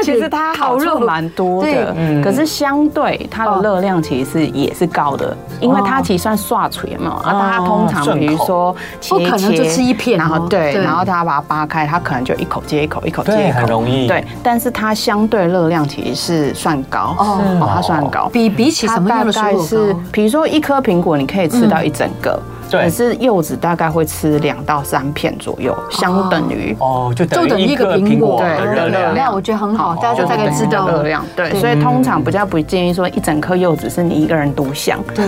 Speaker 4: (laughs) 其实它
Speaker 2: 烤
Speaker 4: 好处
Speaker 2: 肉
Speaker 4: 蛮多
Speaker 2: 对
Speaker 4: 的，可是相对它的热量其实是也是高
Speaker 2: 哦
Speaker 4: 的，因为它其实算刷锤嘛，啊，大家通常比如说切
Speaker 2: 不可能就吃一片哦
Speaker 4: 然后对，
Speaker 2: 对
Speaker 4: 然后大家把它扒开，它可能就一口接一口，一口接
Speaker 3: 对，
Speaker 4: 一
Speaker 3: 很
Speaker 4: 口，
Speaker 3: 容易，
Speaker 4: 对，，但是它相对热量其实是算高
Speaker 2: 哦
Speaker 4: 哦，它算高，
Speaker 2: 比比起
Speaker 4: 它
Speaker 2: 什么
Speaker 4: 大
Speaker 2: 样的水
Speaker 4: 概
Speaker 2: 果
Speaker 4: 是
Speaker 2: 糕？，
Speaker 4: 比如说一颗苹果，你可以吃到一整个，
Speaker 3: 对
Speaker 2: 嗯
Speaker 4: 可是柚子大概会吃两到三片左右，相等于
Speaker 3: 哦，就
Speaker 2: 就
Speaker 3: 等
Speaker 2: 等
Speaker 3: 于
Speaker 2: 于
Speaker 3: 一
Speaker 2: 一个
Speaker 3: 个
Speaker 2: 苹
Speaker 3: 苹
Speaker 2: 果
Speaker 3: 果
Speaker 4: 对
Speaker 3: 的热量
Speaker 4: 热
Speaker 3: 哦
Speaker 4: 量。
Speaker 2: 那我觉得很好，大家
Speaker 4: 哦就
Speaker 2: 就大概知道
Speaker 4: 热
Speaker 2: 了。
Speaker 4: 量，对，所以通常比较不建议说一整颗柚子是你一个人独享，
Speaker 2: 对，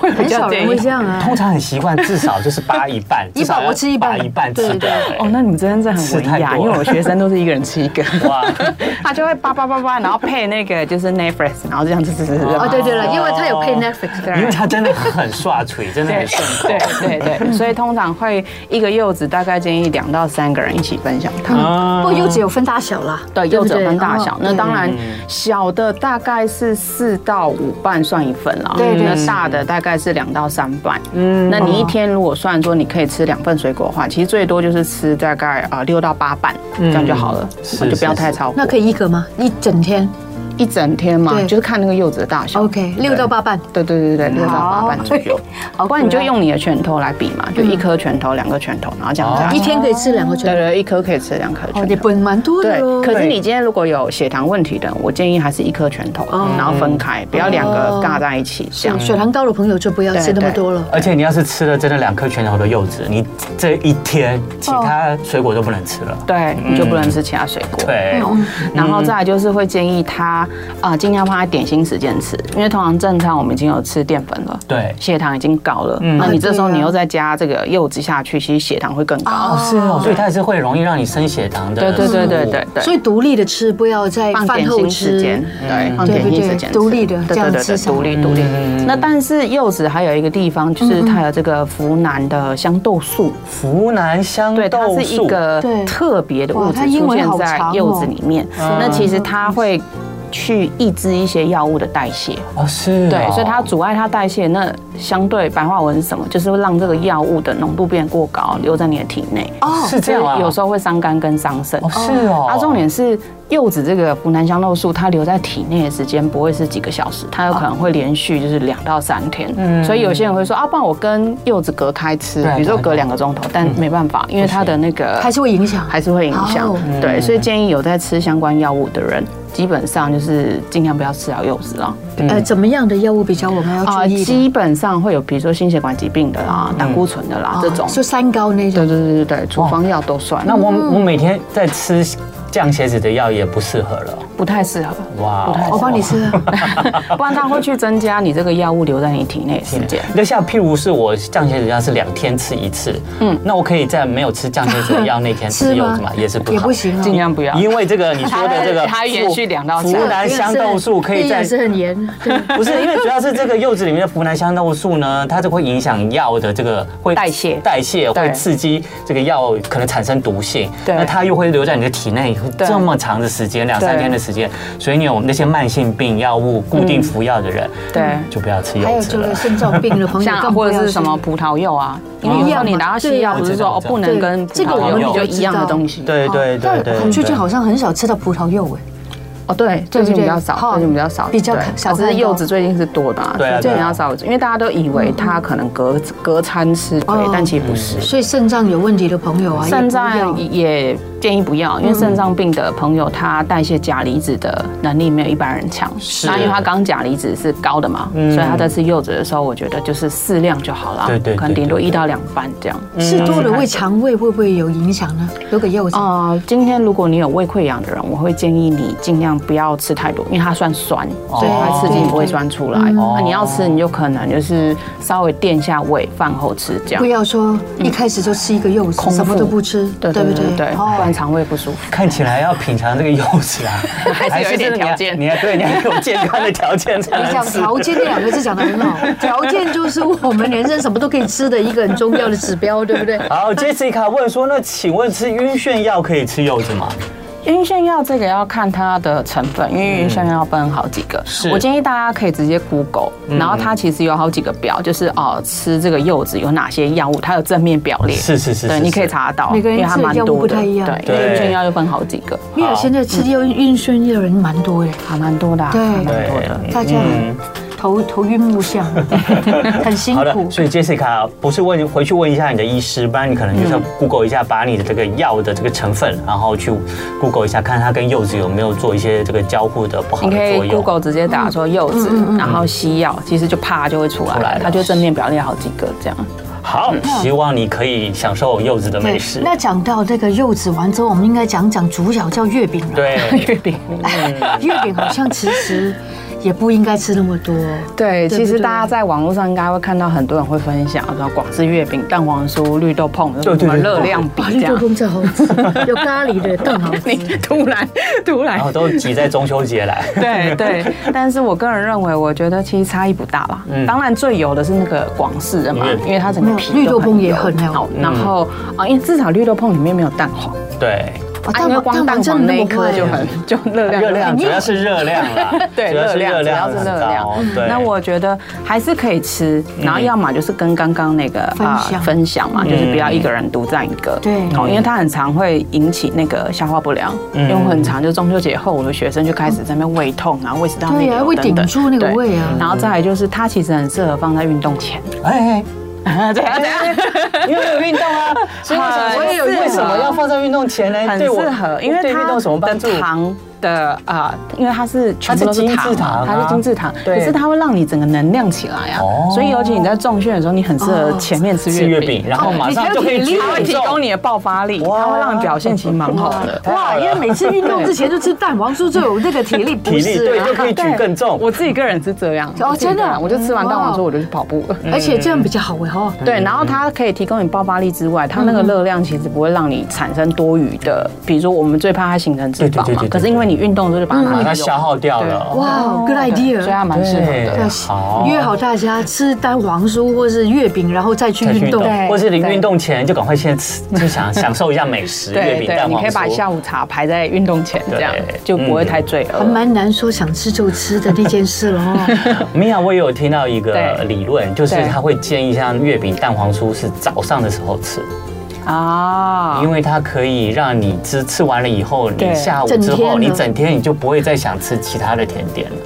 Speaker 4: 会比
Speaker 2: 很少
Speaker 4: 较
Speaker 2: 人
Speaker 4: 建
Speaker 2: 会
Speaker 4: 议
Speaker 2: 这。样啊。
Speaker 3: 通常很习惯，至少就是扒一半，
Speaker 2: (laughs) 一半
Speaker 3: 至少要
Speaker 2: 我吃一半
Speaker 3: 把一半
Speaker 2: 对
Speaker 3: 吃掉。欸
Speaker 4: 哦，那你们真的是很文
Speaker 3: 吃太
Speaker 4: 雅，
Speaker 3: 多
Speaker 4: 因
Speaker 3: 了
Speaker 4: 为我学生都是一个人吃一个，
Speaker 3: 哇，
Speaker 4: (laughs) 他就会叭叭叭叭，然后配那个就是 Netflix，然后这样子吃吃吃。
Speaker 2: 哦，对对了，
Speaker 3: 哦
Speaker 2: 因为它有配 Netflix 的。
Speaker 3: 因为它真的很刷嘴，真的
Speaker 4: 对
Speaker 3: 很顺口。
Speaker 4: 对对 (laughs) 对，所以通常会一个柚子大概建议两到三个人一起分享它。
Speaker 3: 嗯
Speaker 2: 不过柚子有分大小啦，
Speaker 4: 对，
Speaker 2: 不
Speaker 4: 柚子有
Speaker 2: 对
Speaker 4: 分大小
Speaker 2: 哦，
Speaker 4: 那
Speaker 2: 对
Speaker 4: 当然小的大概是四到五瓣算一份啦，
Speaker 2: 对对
Speaker 4: 那大的大概是两到三瓣。嗯，那你一天如果算说你可以吃两份水果的话，其实最多就是吃大概啊六到八瓣，这样就好了，
Speaker 3: 是
Speaker 4: 就不要
Speaker 3: 是
Speaker 4: 太
Speaker 3: 是
Speaker 4: 超过。
Speaker 2: 那可以一个吗？一整天
Speaker 4: 一整天嘛
Speaker 2: 对，
Speaker 4: 就是看那个柚子的大小。
Speaker 2: ？OK，六到八瓣。
Speaker 4: 对对对对，六到八瓣
Speaker 2: (laughs)
Speaker 4: 左右。啊
Speaker 2: 好
Speaker 4: 不然你就用你的拳头来比嘛，就一颗拳头、两个拳头，然后这样
Speaker 3: 哦
Speaker 4: 加
Speaker 2: 一。天可以吃两个
Speaker 4: 对
Speaker 2: 拳
Speaker 4: 对，一颗可以吃两颗
Speaker 2: 头，哦，
Speaker 4: 拳
Speaker 2: 你
Speaker 4: 头。
Speaker 2: 本蛮多的
Speaker 4: 对
Speaker 2: 咯，。
Speaker 4: 可是你今天如果有血糖问题的，我建议还是一颗拳头，然后分开，不要两个尬在一起这样
Speaker 2: 对。血糖高的朋友就不要吃那么多了。
Speaker 3: 而且你要是吃了真的两颗拳头的柚子，你这一天其他水果都不能吃了。
Speaker 4: 对，你就不能吃其他水果。
Speaker 3: 对，
Speaker 4: 然后再来就是会建议他啊，尽量放在点心时间吃，因为通常正餐我们已经有吃淀粉了，
Speaker 3: 对
Speaker 4: 血糖已经高了，那你这时候你又再加这个柚子下去，其实血糖会更高。
Speaker 3: 是哦，所以它也是会容易让你升血糖的。
Speaker 4: 对对对对对对。
Speaker 2: 所以独立的吃，不要在
Speaker 4: 放
Speaker 2: 饭
Speaker 4: 点
Speaker 2: 后
Speaker 4: 心时
Speaker 2: 吃。
Speaker 4: 间，对，放
Speaker 2: 对
Speaker 4: 点
Speaker 2: 对
Speaker 4: 心
Speaker 2: 对
Speaker 4: 时间吃，
Speaker 2: 独立的这
Speaker 4: 对
Speaker 2: 样
Speaker 4: 对对
Speaker 2: 吃嗯
Speaker 4: 对，
Speaker 2: 少
Speaker 4: 独立独立。那但是柚子还有一个地方，
Speaker 2: 嗯
Speaker 4: 就是它有这个呋喃的香豆素，
Speaker 3: 湖南香
Speaker 4: 对，它
Speaker 3: 豆
Speaker 4: 是一
Speaker 3: 素，
Speaker 4: 个
Speaker 2: 对
Speaker 4: 特别的物
Speaker 2: 哇
Speaker 4: 质
Speaker 2: 它英
Speaker 4: 出
Speaker 2: 文
Speaker 4: 现
Speaker 2: 好
Speaker 4: 在
Speaker 2: 长
Speaker 4: 柚
Speaker 2: 哦嗯
Speaker 4: 子里面。那其实它会去抑制一些药物的代谢，
Speaker 3: 哦，是哦
Speaker 4: 对，所以它阻碍它代谢，那相对白话文是什么？就是会让这个药物的浓度变过高，留在你的体内。
Speaker 3: 哦，是这样啊，
Speaker 4: 有时候会伤肝跟伤肾。
Speaker 3: 哦是哦，
Speaker 4: 啊，重点是柚子这个湖南香肉素，它留在体内的时间不会是几个小时，它有可能会连续就是两到三天。
Speaker 2: 嗯
Speaker 4: 所以有些人会说啊，不然我跟柚子隔开吃
Speaker 3: 对，
Speaker 4: 比如说
Speaker 3: 对
Speaker 4: 隔
Speaker 3: 对
Speaker 4: 两个钟头，但没办法，因为它的那个
Speaker 2: 还是会影响。
Speaker 4: 还是会影响
Speaker 2: 哦。
Speaker 4: 对，所以建议有在吃相关药物的人，基本上就是尽量不要吃到柚子了。啊
Speaker 2: 呃，怎么样的药物比较我们要注意的？嗯
Speaker 4: 基本上会有比如说心血管疾病的啦、胆固醇的啦这种
Speaker 2: 哦。就三高那
Speaker 4: 对
Speaker 2: 种。
Speaker 4: 对对对对，处方药都算。
Speaker 3: 那我我每天在吃降血脂的药也不适合了，
Speaker 4: 不太适合。
Speaker 3: 哇
Speaker 4: 不太适
Speaker 2: 我
Speaker 4: 合
Speaker 2: 帮你吃啊，
Speaker 4: 哦
Speaker 3: (laughs)
Speaker 4: 不然它会去增加你这个药物留在你体内的时间。
Speaker 3: 那像譬如是我降血脂药是两天吃一次，嗯，那我可以在没有吃降血脂的药那
Speaker 4: (laughs)
Speaker 3: 天吃
Speaker 2: 吃
Speaker 3: 柚
Speaker 2: 吗
Speaker 3: 子吗？也是不好，
Speaker 2: 也不行啊
Speaker 4: 尽量不要
Speaker 3: 因为这个你说的这个
Speaker 4: (laughs) 它延续两到三
Speaker 3: 湖南香豆素可以
Speaker 2: 也
Speaker 3: 在。
Speaker 2: 是很盐。
Speaker 4: (laughs)
Speaker 2: 对
Speaker 3: 不是，因为主要是这个柚子里面的湖南香豆素呢，它就会影响药的这个会
Speaker 4: 代谢
Speaker 3: 代谢会
Speaker 4: 对
Speaker 3: 刺激这个药可能产生毒性，
Speaker 4: 对
Speaker 3: 那它又会留在你的体内
Speaker 4: 对
Speaker 3: 这么长的时间，两三
Speaker 4: 对
Speaker 3: 天的时间，所以你有那些慢性病药物固定服药的人，
Speaker 4: 对
Speaker 3: 就不要吃
Speaker 2: 还
Speaker 3: 柚
Speaker 2: 有
Speaker 3: 子
Speaker 2: 就
Speaker 3: 了
Speaker 2: 是。肾脏病的朋友，
Speaker 4: 像
Speaker 2: 更不
Speaker 4: 或
Speaker 2: 要
Speaker 4: 者是
Speaker 2: 吃
Speaker 4: 什么葡萄柚啊，因为
Speaker 2: 哦
Speaker 4: 有时候你拿到西药
Speaker 2: 对
Speaker 3: 啊
Speaker 4: 不是说
Speaker 3: 我
Speaker 4: 哦
Speaker 3: 知道
Speaker 4: 不能跟葡
Speaker 2: 这个我
Speaker 4: 萄
Speaker 2: 们
Speaker 4: 柚
Speaker 2: 都
Speaker 4: 就
Speaker 2: 知道
Speaker 4: 一样的东西。
Speaker 3: 对对对
Speaker 2: 但
Speaker 3: 对，
Speaker 2: 哦我们最近
Speaker 3: 对
Speaker 2: 好像很少吃到葡萄柚哎，
Speaker 4: 哦，对，最近比较少，
Speaker 2: 哈
Speaker 4: 最近比较少，
Speaker 2: 比较
Speaker 4: 对
Speaker 2: 少看
Speaker 4: 可
Speaker 2: 到
Speaker 4: 是柚子最近是多的啊，
Speaker 3: 对啊
Speaker 4: 最近
Speaker 3: 对啊
Speaker 4: 要少，因为大家都以为它可能隔隔餐吃，对
Speaker 2: 哦，
Speaker 4: 但其实不是。
Speaker 2: 所以肾脏有问题的朋友啊，也不
Speaker 4: 肾
Speaker 2: 要
Speaker 4: 脏也建议不要，
Speaker 3: 嗯
Speaker 4: 因为肾脏病的朋友他代谢钾离子的能力没有一般人强。
Speaker 3: 是嗯
Speaker 4: 那因为他刚钾离子是高的嘛，所以他在吃柚子的时候，我觉得就是适量就好了，
Speaker 3: 对对对
Speaker 4: 可能顶多
Speaker 3: 对嗯
Speaker 4: 一到两瓣这样。
Speaker 2: 吃多了胃肠胃会不会有影响呢？如果柚子
Speaker 4: 啊、今天如果你有胃溃疡的人，我会建议你尽量不要吃太多，因为它算酸，
Speaker 3: 哦
Speaker 4: 所以它刺激不会酸出来。那你要吃，你就可能就是稍微垫一下胃，饭后吃这样
Speaker 2: 不。要说
Speaker 4: 嗯
Speaker 2: 一开始就吃一个柚子，
Speaker 4: 空
Speaker 2: 什么
Speaker 4: 腹
Speaker 2: 都不吃，
Speaker 4: 对对
Speaker 2: 不
Speaker 4: 对对对，不然 (laughs)
Speaker 2: 哦，
Speaker 4: 肠胃不舒服。
Speaker 3: 看起来要品尝这个柚子啊，
Speaker 4: (laughs) 还是有一点条件
Speaker 3: 还是你要对你要有健康的条件才
Speaker 2: (laughs) 你讲
Speaker 3: 能吃。
Speaker 2: 条件这两个字讲得很
Speaker 4: (laughs)
Speaker 2: 好，条件就是我们人生什么都可以吃的一个很重要的指标，对不对？
Speaker 3: 好，Jessica 问说，那请问吃晕眩药可以吃柚子吗？
Speaker 4: 晕眩药这个要看它的成分，因为晕眩药分好几个。
Speaker 3: 嗯是嗯
Speaker 4: 我建议大家可以直接 Google，然后它其实有好几个表，就是哦，吃这个柚子有哪些药物，它有正面表列。
Speaker 3: 是是是
Speaker 4: 对，
Speaker 3: 是
Speaker 4: 你可以
Speaker 3: 是
Speaker 4: 查得到，
Speaker 2: 每个人
Speaker 4: 因为它
Speaker 2: 吃的
Speaker 4: 蛮
Speaker 2: 药物
Speaker 4: 多
Speaker 2: 不
Speaker 4: 的
Speaker 2: 太一样
Speaker 4: 对，因为晕
Speaker 3: 对
Speaker 4: 眩药又分好几个。
Speaker 2: 因为现在吃药晕眩药的人蛮多的，
Speaker 4: 还蛮多的、啊，
Speaker 2: 对
Speaker 4: 还蛮多的。
Speaker 2: 大家
Speaker 4: 嗯
Speaker 2: 头头晕目
Speaker 4: (laughs)
Speaker 2: 眩，很辛
Speaker 3: 好的，
Speaker 2: 苦。
Speaker 3: 所以 Jessica 不是问回去问一下你的医师，不然你可能就是
Speaker 4: 嗯
Speaker 3: 要 Google 一下，把你的这个药的这个成分，然后去 Google 一下，看它跟柚子有没有做一些这个交互的不好
Speaker 4: 你
Speaker 3: 的
Speaker 4: 可
Speaker 3: 作
Speaker 4: 以
Speaker 3: 用。
Speaker 4: Google 直接打说柚子，
Speaker 2: 嗯
Speaker 4: 然后西药，其实就啪就会出来
Speaker 3: 出来
Speaker 4: 了
Speaker 3: 了，
Speaker 4: 它就正面表列好几个这样。
Speaker 3: 好，希望你可以享受柚子的美
Speaker 2: 对
Speaker 4: 嗯
Speaker 3: 食，。
Speaker 2: 那讲到这个柚子完之后，我们应该讲讲主角叫月饼了。
Speaker 3: 对，
Speaker 4: 月饼，
Speaker 2: (laughs) 月饼好像其实也不应该吃那么多。对
Speaker 4: 对，其
Speaker 2: 不
Speaker 4: 实
Speaker 2: 对
Speaker 4: 大家在网络上应该会看到很多人会分享，说广式月饼、蛋黄酥、绿豆椪，
Speaker 3: 对对
Speaker 4: 什么
Speaker 3: 对
Speaker 4: 热量比
Speaker 2: 哇，
Speaker 4: 这
Speaker 2: 绿豆
Speaker 4: 样。
Speaker 2: 公真好 (laughs) 吃，有咖喱的更好 (laughs) 吃
Speaker 4: (laughs) 你。突然，突然
Speaker 3: 然后都挤在中秋节来。
Speaker 4: 对对，但是我个人认为，我觉得其实差异不大啦。当然最油的是那个广式的嘛
Speaker 3: 嗯，
Speaker 4: 因为它整个皮
Speaker 2: 没有绿豆
Speaker 4: 都
Speaker 2: 椪也很油
Speaker 4: 好，然后啊，因为至少绿豆椪里面没有蛋黄，
Speaker 3: (laughs) 对，
Speaker 2: 哦
Speaker 4: 啊因为光蛋黄那一颗就
Speaker 2: 么
Speaker 4: 很就热量
Speaker 3: 热
Speaker 4: 就
Speaker 3: 量
Speaker 4: 很
Speaker 3: 主要是热量啦，
Speaker 4: (laughs) 对
Speaker 3: 主要
Speaker 4: 热
Speaker 3: 是
Speaker 4: 量，
Speaker 3: 热
Speaker 4: 主要
Speaker 3: 量
Speaker 4: 是
Speaker 3: 很
Speaker 4: 热
Speaker 3: 高
Speaker 4: 量。。
Speaker 3: 对，
Speaker 4: 那我觉得还是可以吃，然后要么就是跟刚刚那个
Speaker 2: 嗯分
Speaker 4: 啊
Speaker 2: 享
Speaker 4: 分享
Speaker 3: 嗯
Speaker 4: 嘛，就是不要一个人独占一个。哦
Speaker 2: 对
Speaker 4: 好，因为它很常会引起那个消化不良，因为我很常就中秋节后，我的学生就开始在那边胃痛，然后胃食道逆
Speaker 2: 对啊，
Speaker 4: 流
Speaker 2: 会
Speaker 4: 等
Speaker 2: 顶
Speaker 4: 等。
Speaker 2: 住那个
Speaker 4: 对
Speaker 2: 胃啊。
Speaker 4: 然后再来就是，它其实很适合放在运动
Speaker 3: (laughs)
Speaker 4: 前。
Speaker 3: 哎，
Speaker 4: 对啊，对啊，
Speaker 3: 哎因为有运动啊，
Speaker 4: (laughs)
Speaker 3: 所以我想说，
Speaker 4: 很适合
Speaker 3: 为什么要放在运动前呢？
Speaker 4: 啊很
Speaker 3: 哎对我
Speaker 4: 适合，因为
Speaker 3: 对
Speaker 4: 它
Speaker 3: 运动有什么帮助
Speaker 4: 的？糖的啊，因为它是全部
Speaker 3: 它
Speaker 4: 都
Speaker 3: 是
Speaker 4: 是
Speaker 3: 精
Speaker 4: 糖
Speaker 3: 制糖啊
Speaker 4: 嘛，它是精制糖，
Speaker 3: 对
Speaker 4: 可是它会让你整个能量起来啊
Speaker 3: 哦。
Speaker 4: 所以尤其你在重训的时候，你很适合前面吃
Speaker 3: 吃月
Speaker 4: 月饼
Speaker 3: 饼，，然后马上就可以去
Speaker 4: 它会
Speaker 3: 运
Speaker 4: 提
Speaker 3: 动
Speaker 4: 供。你的爆发力，
Speaker 3: 哇
Speaker 4: 它会让你表现其实蛮好的。
Speaker 2: 哇，因为每次运动之前就吃蛋黄酥，就有那个体力，不
Speaker 3: 体力
Speaker 2: 是
Speaker 3: 对就
Speaker 2: 啊？
Speaker 3: 可以举更重，
Speaker 4: 我自己个人是这样
Speaker 2: 哦
Speaker 4: 我自己
Speaker 2: 真的
Speaker 3: 啊
Speaker 4: 个人我就吃完蛋黄
Speaker 2: 哇
Speaker 4: 之后我就去跑步了。
Speaker 3: 嗯
Speaker 2: 而且这样比较好哎哈。
Speaker 4: 对，然后它可以提供你爆发力之外，
Speaker 3: 嗯
Speaker 4: 它那个热量其实不会让你产生多余的，比如说我们最怕它形成脂肪
Speaker 3: 对对对对
Speaker 4: 嘛
Speaker 3: 对，嗯
Speaker 4: 可是因为你运动的时候就把它拿
Speaker 3: 把
Speaker 4: 去
Speaker 3: 它
Speaker 4: 用
Speaker 3: 消耗掉了。
Speaker 2: 哇，good
Speaker 4: 哦对所以
Speaker 2: idea！
Speaker 4: 它蛮适合的。
Speaker 3: 对，好，
Speaker 2: 约好大家吃蛋黄酥或是月饼，然后再去
Speaker 3: 再去
Speaker 2: 运
Speaker 3: 运
Speaker 2: 动
Speaker 3: 动。，
Speaker 4: 对
Speaker 3: 或是你
Speaker 4: 对
Speaker 3: 运动前就赶快先吃，就想享受一下美食，月
Speaker 4: 对
Speaker 3: 饼、蛋
Speaker 4: 对，你
Speaker 3: 黄酥。
Speaker 4: 可以把下午茶排在运动前，这样
Speaker 3: 对嗯
Speaker 4: 就不会太罪
Speaker 2: 还
Speaker 4: 恶。
Speaker 2: 蛮难说想吃就吃的那件事了哦。
Speaker 3: 米娅，我也有听到一个
Speaker 4: 对
Speaker 3: 理论，就是
Speaker 4: 对
Speaker 3: 他会建议像月饼、蛋黄酥是早上的时候吃，
Speaker 4: 呃啊
Speaker 3: 因为它可以让你吃吃完了以后，你
Speaker 4: 对
Speaker 3: 下午
Speaker 2: 整
Speaker 3: 之后
Speaker 2: 天
Speaker 3: 你
Speaker 2: 了，
Speaker 3: 整天你就不会再想吃其他的甜点了。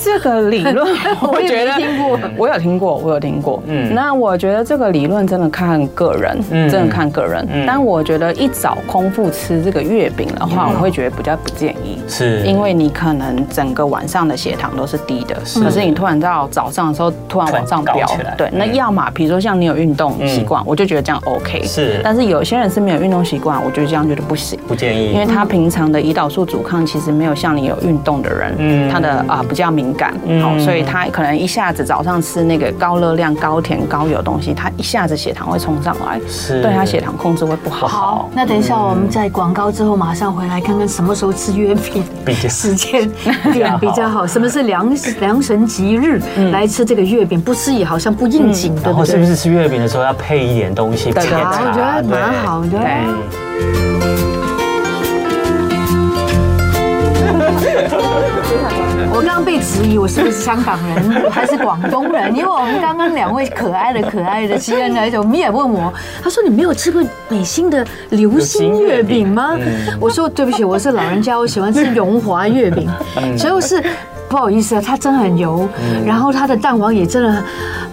Speaker 4: 这个理论
Speaker 2: 我
Speaker 4: (laughs) 我
Speaker 2: 也
Speaker 4: 觉
Speaker 2: 没
Speaker 4: 得
Speaker 2: 听过
Speaker 4: 我有听过，我有听过。
Speaker 3: 嗯
Speaker 4: 嗯，那我觉得这个理论真的看个人，
Speaker 3: 嗯
Speaker 4: 真的看个人。
Speaker 3: 嗯
Speaker 4: 但我觉得一早空腹吃这个月饼的话，
Speaker 3: 嗯
Speaker 4: 我会觉得比较不建议。
Speaker 3: 是
Speaker 4: 因为你可能整个晚上的血糖都是低的，可是你突然到早上的时候突然往上
Speaker 3: 突然
Speaker 4: 飙
Speaker 3: 高起来，
Speaker 4: 对，那
Speaker 3: 嗯
Speaker 4: 要么比如说像你有运动习惯，我就觉得这样 OK，
Speaker 3: 是嗯
Speaker 4: 但是有些人是没有运动习惯，我觉得这样觉得不行。
Speaker 3: 不建
Speaker 4: 因为
Speaker 3: 议。
Speaker 4: 他平常的胰岛素阻抗其实没有像你有运动的人，
Speaker 3: 嗯
Speaker 4: 他的啊、比较敏感，好、
Speaker 3: 嗯
Speaker 4: 所以他可能一下子早上吃那个高热量、高甜、高油的东西，他一下子血糖会冲上来，
Speaker 3: 是
Speaker 4: 对他血糖控制会不好。
Speaker 2: 好，那等一下我们在广告之后马上回来，看看什么时候吃月饼
Speaker 3: 比较
Speaker 2: 时间点比较好，什么是良良辰吉日来吃这个月饼，不吃也好像不应景，对
Speaker 3: 然
Speaker 2: 不
Speaker 3: 后是不
Speaker 2: 对？
Speaker 3: 是吃月饼的时候要配一点东西？
Speaker 4: 对
Speaker 3: 配
Speaker 4: 对
Speaker 2: 好，我觉
Speaker 3: 茶
Speaker 2: 得蛮好的。
Speaker 4: 对
Speaker 3: 嗯
Speaker 2: 我刚刚被质疑我是不是香港人还是广东人，因为我们刚刚两位可爱的可爱的西安来着，米也问我，他说你没有吃过美心的流心月饼吗？
Speaker 4: 嗯
Speaker 2: 我说对不起，我是老人家，我喜欢吃荣华月饼，就是不好意思啊，它真的很油，
Speaker 4: 嗯
Speaker 2: 然后它的蛋黄也真的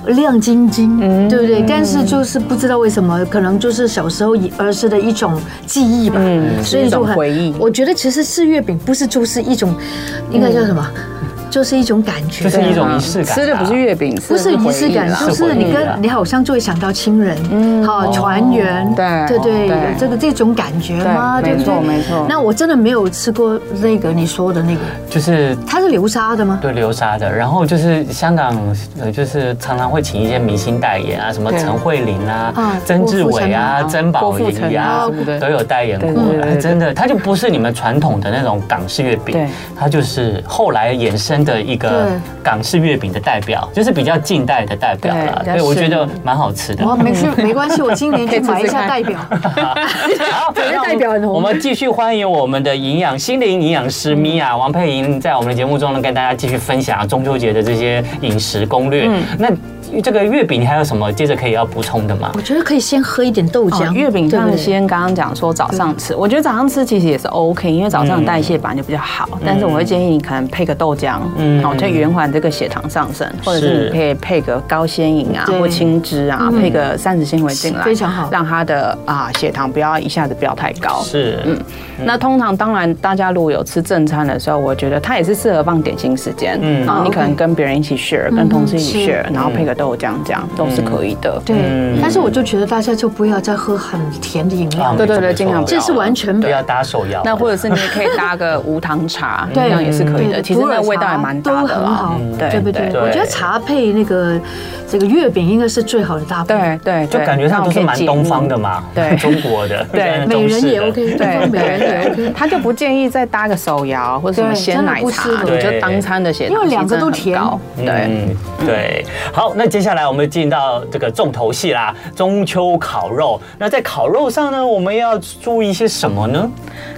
Speaker 2: 亮晶晶，
Speaker 4: 嗯
Speaker 2: 对不对？但是就是不知道为什么，可能就是小时候以儿时的一种记忆吧，所以
Speaker 4: 嗯一
Speaker 2: 就
Speaker 4: 种
Speaker 2: 很
Speaker 4: 回忆
Speaker 2: 我觉得其实吃月饼不是就是一种，应该叫什么？就是一种感觉
Speaker 3: 就。是一种仪式感啊。
Speaker 4: 吃的不是月饼，
Speaker 2: 不是仪式感，
Speaker 4: 是
Speaker 2: 就
Speaker 4: 回
Speaker 2: 是
Speaker 4: 忆啦
Speaker 2: 你跟你好像就会想到亲人，好船员，
Speaker 4: 嗯哦
Speaker 2: 对
Speaker 4: 对
Speaker 2: 对，
Speaker 4: 对
Speaker 2: 有这个这种感觉吗？
Speaker 4: 对
Speaker 2: 对不
Speaker 4: 没错
Speaker 2: 对？
Speaker 4: 没错
Speaker 2: 那我真的没有吃过那个你说的那个，
Speaker 3: 就是
Speaker 2: 它是流沙的吗？
Speaker 3: 对流沙的，然后就是香港，呃，就是常常会请一些明星代言啊，什么
Speaker 4: 对
Speaker 3: 陈慧琳啊
Speaker 2: 嗯、
Speaker 3: 曾志伟啊、
Speaker 4: 郭富
Speaker 3: 曾
Speaker 4: 城啊
Speaker 3: 宝仪啊
Speaker 4: 郭富城啊什么，的
Speaker 3: 都有代言过
Speaker 4: 对对。对
Speaker 3: 哎
Speaker 4: 对
Speaker 3: 真的，它就不是你们传统的那种港式月饼
Speaker 4: 对，
Speaker 3: 它就是后来衍生的一个
Speaker 2: 对
Speaker 3: 港式月饼的代表，就是比较近代的代表了。
Speaker 4: 对
Speaker 3: 对，我觉得
Speaker 4: 比较
Speaker 3: 蛮好吃的。
Speaker 2: 我哦没
Speaker 4: (laughs)
Speaker 2: 事，没关系，我今年去买一下代表。
Speaker 3: 好，
Speaker 2: 个代表很
Speaker 3: 那
Speaker 2: 红
Speaker 3: 我们继续欢迎我们的营养心灵营养师米娅王佩莹，在我们的节目中呢，跟大家继续分享中秋节的这些饮食攻略。那这个月饼你还有什么接着可以要补充的吗？
Speaker 2: 我觉得可以先喝一点豆
Speaker 4: 哦
Speaker 2: 浆，
Speaker 4: 月饼
Speaker 2: 对不嗯
Speaker 4: 像
Speaker 2: 对
Speaker 4: 先刚刚讲说早上吃，我觉得早上吃其实也是 OK，因为早上的代谢本来就比较好，
Speaker 2: 嗯
Speaker 4: 但是我会建议你可能配个豆浆，
Speaker 3: 嗯
Speaker 4: 嗯，好，就延缓这个血糖上升，或者是
Speaker 3: 是
Speaker 4: 你可以配个高纤饮啊
Speaker 2: 对嗯
Speaker 4: 或青汁啊，配个膳食纤维进来，
Speaker 2: 非常好
Speaker 4: 让它的啊血糖不要一下子飙太高。
Speaker 3: 是，嗯，
Speaker 4: 那通常当然大家如果有吃正餐的时候，我觉得它也是适合放点心时间，
Speaker 3: 嗯
Speaker 4: 嗯，然后你可
Speaker 2: 哦
Speaker 4: 能跟别人一起 share，跟
Speaker 2: 嗯
Speaker 4: 同事一起
Speaker 2: 是
Speaker 4: share，然后配个豆浆这样都是可以
Speaker 2: 嗯
Speaker 4: 的。嗯
Speaker 2: 对，但是我就觉得大家就不要再喝很甜的饮料，
Speaker 3: 啊
Speaker 4: 对对对尽量不
Speaker 2: 这是完全
Speaker 3: 不要搭手摇。
Speaker 4: 那或者是你也可以搭个无糖茶，
Speaker 2: (laughs) 对
Speaker 4: 这样也是可以
Speaker 2: 嗯对
Speaker 4: 的。其实
Speaker 2: 普
Speaker 4: 那
Speaker 2: 洱
Speaker 4: 个味
Speaker 2: 茶
Speaker 4: 道也蛮搭
Speaker 2: 都
Speaker 4: 的
Speaker 2: 很
Speaker 4: 啦嗯
Speaker 2: 好。，
Speaker 3: 对
Speaker 2: 对不对？
Speaker 3: 对
Speaker 2: 我觉得茶配那个这个月饼应该是最好的搭配。
Speaker 4: 对对，
Speaker 3: 就
Speaker 4: 对
Speaker 3: 感觉上都是蛮东方的。嘛，
Speaker 4: 对
Speaker 3: (laughs) 中国的， (laughs)
Speaker 4: 对
Speaker 2: 美
Speaker 3: 中式
Speaker 2: 人
Speaker 3: 的
Speaker 2: 也 OK，东 (laughs)
Speaker 4: 对
Speaker 2: 方美
Speaker 4: 对
Speaker 2: 人也
Speaker 4: 对，
Speaker 2: OK，
Speaker 4: 他就不建议再搭个手摇或者什么
Speaker 2: 对
Speaker 4: 鲜
Speaker 2: 真的
Speaker 4: 奶
Speaker 2: 不
Speaker 4: 茶
Speaker 2: 适，合
Speaker 4: 你就当餐的血糖
Speaker 2: 因为两个
Speaker 4: 其实
Speaker 2: 都
Speaker 4: 很
Speaker 2: 甜
Speaker 4: 高对，
Speaker 3: 嗯，对。好，那接下来我们进到这个重头戏啦，中秋烤肉。那在烤肉上呢，我们要注意些什么呢？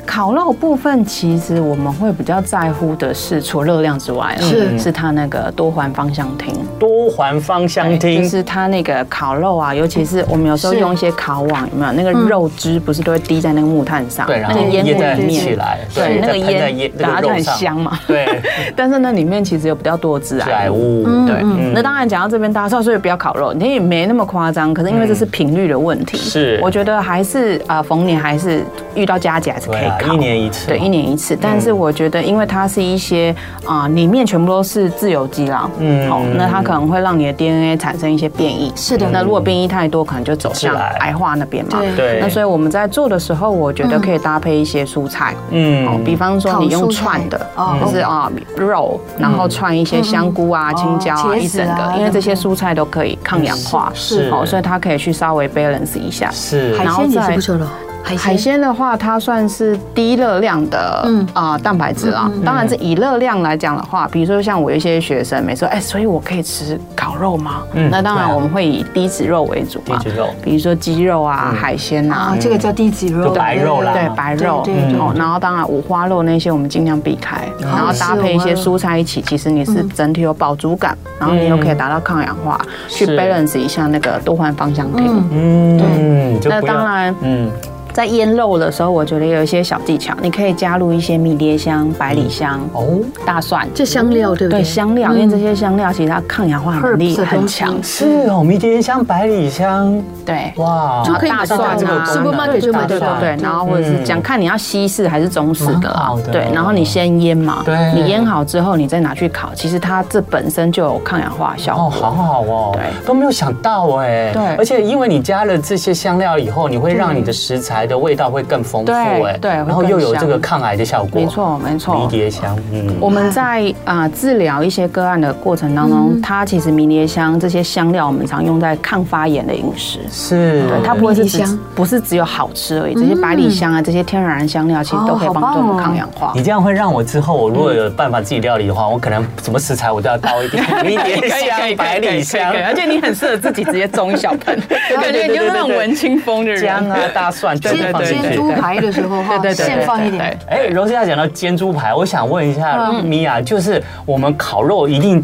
Speaker 4: 烤肉部分其实我们会比较在乎的是，除了热量之外，啊
Speaker 3: 嗯
Speaker 2: 是
Speaker 4: 是它那个多环芳香烃。
Speaker 3: 多环芳香
Speaker 4: 对就
Speaker 3: 烃，
Speaker 4: 是它那个烤肉啊，尤其是我们有时候
Speaker 2: 是
Speaker 4: 用一些烤网，有没有那个肉汁不是都会滴在那个木炭上，
Speaker 3: 对，然
Speaker 4: 那
Speaker 3: 后
Speaker 4: 个烟
Speaker 3: 腌
Speaker 4: 雾
Speaker 3: 在
Speaker 4: 里
Speaker 3: 起
Speaker 4: 面。
Speaker 3: 来，
Speaker 4: 对，那个
Speaker 3: 再喷在
Speaker 4: 烟，
Speaker 3: 那
Speaker 4: 大家
Speaker 3: 个
Speaker 4: 就
Speaker 3: 肉
Speaker 4: 很
Speaker 3: 上，
Speaker 4: 香嘛。 (laughs)
Speaker 3: 对，
Speaker 4: 但是那里面其实有比较多致
Speaker 3: 致
Speaker 4: 癌
Speaker 3: 癌
Speaker 4: 物。
Speaker 3: 物，嗯
Speaker 4: 对，那当然讲到这边，大家说所以不要烤肉，你也没那么夸张。可是因为这是频率的问题，
Speaker 3: 嗯是
Speaker 4: 我觉得还是啊，呃逢年还是遇到佳节还是可
Speaker 3: 对
Speaker 4: 以
Speaker 3: 啊，
Speaker 4: 烤
Speaker 3: 一。年一次，嗯
Speaker 4: 对，一年一次，但是我觉得，因为它是一些啊、里面全部都是自由基啦，
Speaker 3: 嗯
Speaker 4: 嗯，好、那它可能会让你的 DNA 产生一些变异，
Speaker 2: 是的
Speaker 4: 那如果变异太多，可能就走向
Speaker 3: 致癌
Speaker 4: 癌化那边嘛，
Speaker 2: 对
Speaker 3: 对，
Speaker 4: 那所以我们在做的时候，我觉得可以搭配一些蔬菜，哦
Speaker 3: 嗯，
Speaker 4: 比方说你用串的，
Speaker 2: 烤蔬菜哦
Speaker 4: 就是啊肉，然后串一些香菇啊、青椒
Speaker 2: 哦
Speaker 4: 啊一
Speaker 2: 茄子啊嗯
Speaker 4: 整个，因为这些蔬菜都可以抗氧化，
Speaker 3: 是是
Speaker 4: 哦，所以它可以去稍微 balance 一下。
Speaker 3: 是
Speaker 2: 海鲜也是不错的哦。海
Speaker 4: 海
Speaker 2: 鲜
Speaker 4: 鲜的话，它算是低热量的
Speaker 2: 嗯
Speaker 4: 啊、呃蛋白质啦。当然是以热量来讲的话，比如说像我有一些学生，每次说哎，所以我可以吃烤肉吗？
Speaker 3: 嗯
Speaker 4: 那当然
Speaker 3: 对啊
Speaker 4: 我们会以低脂肉为主嘛，
Speaker 3: 低脂肉嗯
Speaker 4: 比如说鸡肉啊、海鲜啊
Speaker 2: 啊，，这个叫低脂肉，
Speaker 3: 就白肉啦
Speaker 4: 对白肉，
Speaker 2: 对对对
Speaker 4: 哦，然后当然五花肉那些我们尽量避开，然后搭配一些蔬菜一起，其实你是整体有饱足感，然后你又可以达到抗氧化，
Speaker 3: 嗯
Speaker 4: 去
Speaker 3: 是
Speaker 4: balance 一下那个多环芳香烃。
Speaker 2: 嗯，
Speaker 3: 嗯，就
Speaker 4: 那
Speaker 3: 不要
Speaker 4: 当然，
Speaker 3: 嗯，
Speaker 4: 在腌肉的时候，我觉得有一些小技巧，你可以加入一些迷迭香、百里香、
Speaker 3: 哦，
Speaker 4: 大蒜，
Speaker 2: 这香料对不对？
Speaker 4: 对香料，因为这些香料其实它抗氧化能力
Speaker 2: Herbs 的
Speaker 4: 很
Speaker 2: 东西
Speaker 4: 强，
Speaker 3: 是哦，迷迭香、百里香，
Speaker 4: 对。
Speaker 3: 哇，
Speaker 2: 就可以买到
Speaker 4: 大蒜啊
Speaker 2: ，supermarket 就买得
Speaker 4: 对
Speaker 2: 到
Speaker 4: 对。对，然后或者是讲看你要西式还是中式的
Speaker 3: 蛮
Speaker 4: 啦
Speaker 3: 好的，
Speaker 4: 对，然后你先腌嘛，
Speaker 3: 对
Speaker 4: 你腌好之后你再拿去烤，其实它这本身就有抗氧化效
Speaker 3: 哦，
Speaker 4: 果。
Speaker 3: 好好哦，
Speaker 4: 对
Speaker 3: 都没有想到哎，
Speaker 4: 对
Speaker 3: 而且因为你加了这些香料以后，你会让你的食材的味道会更丰富
Speaker 4: 对
Speaker 3: 哎，
Speaker 4: 对会
Speaker 3: 然后又有
Speaker 4: 更香
Speaker 3: 这个抗癌的效果，
Speaker 4: 没，错，没错。
Speaker 3: 迷迭香，嗯，
Speaker 4: 我们在啊、呃治疗一些个案的过程当中，它其实迷迭香这些香料，我们常用在抗发炎的饮食。
Speaker 3: 是，
Speaker 4: 对，它不会是只
Speaker 2: 迷迭香
Speaker 4: 不是只有好吃而已，这些百里香啊，这些天然香料其实都可以
Speaker 2: 哦好
Speaker 4: 帮助我
Speaker 2: 棒
Speaker 4: 们
Speaker 2: 哦
Speaker 4: 抗氧化
Speaker 3: 你。这样会让我之后，我如果有办法自己料理的话，我可能什么食材我都要倒
Speaker 4: (laughs)
Speaker 3: 一点迷 (laughs) 迭香、百里香、
Speaker 4: 而且你很适合自己直接种一小盆，
Speaker 3: (laughs)
Speaker 4: 感觉你就是那种文青风的人。
Speaker 3: 姜啊、大蒜，对对
Speaker 2: 煎
Speaker 3: 对
Speaker 2: 煎
Speaker 3: 对
Speaker 2: 猪
Speaker 3: 对。
Speaker 2: 排的时候哈
Speaker 4: 对对，对
Speaker 2: 现放一点，
Speaker 3: 哎，柔斯亚讲到煎猪排，我想问一下
Speaker 4: 嗯
Speaker 3: 米娅，就是我们烤肉一定。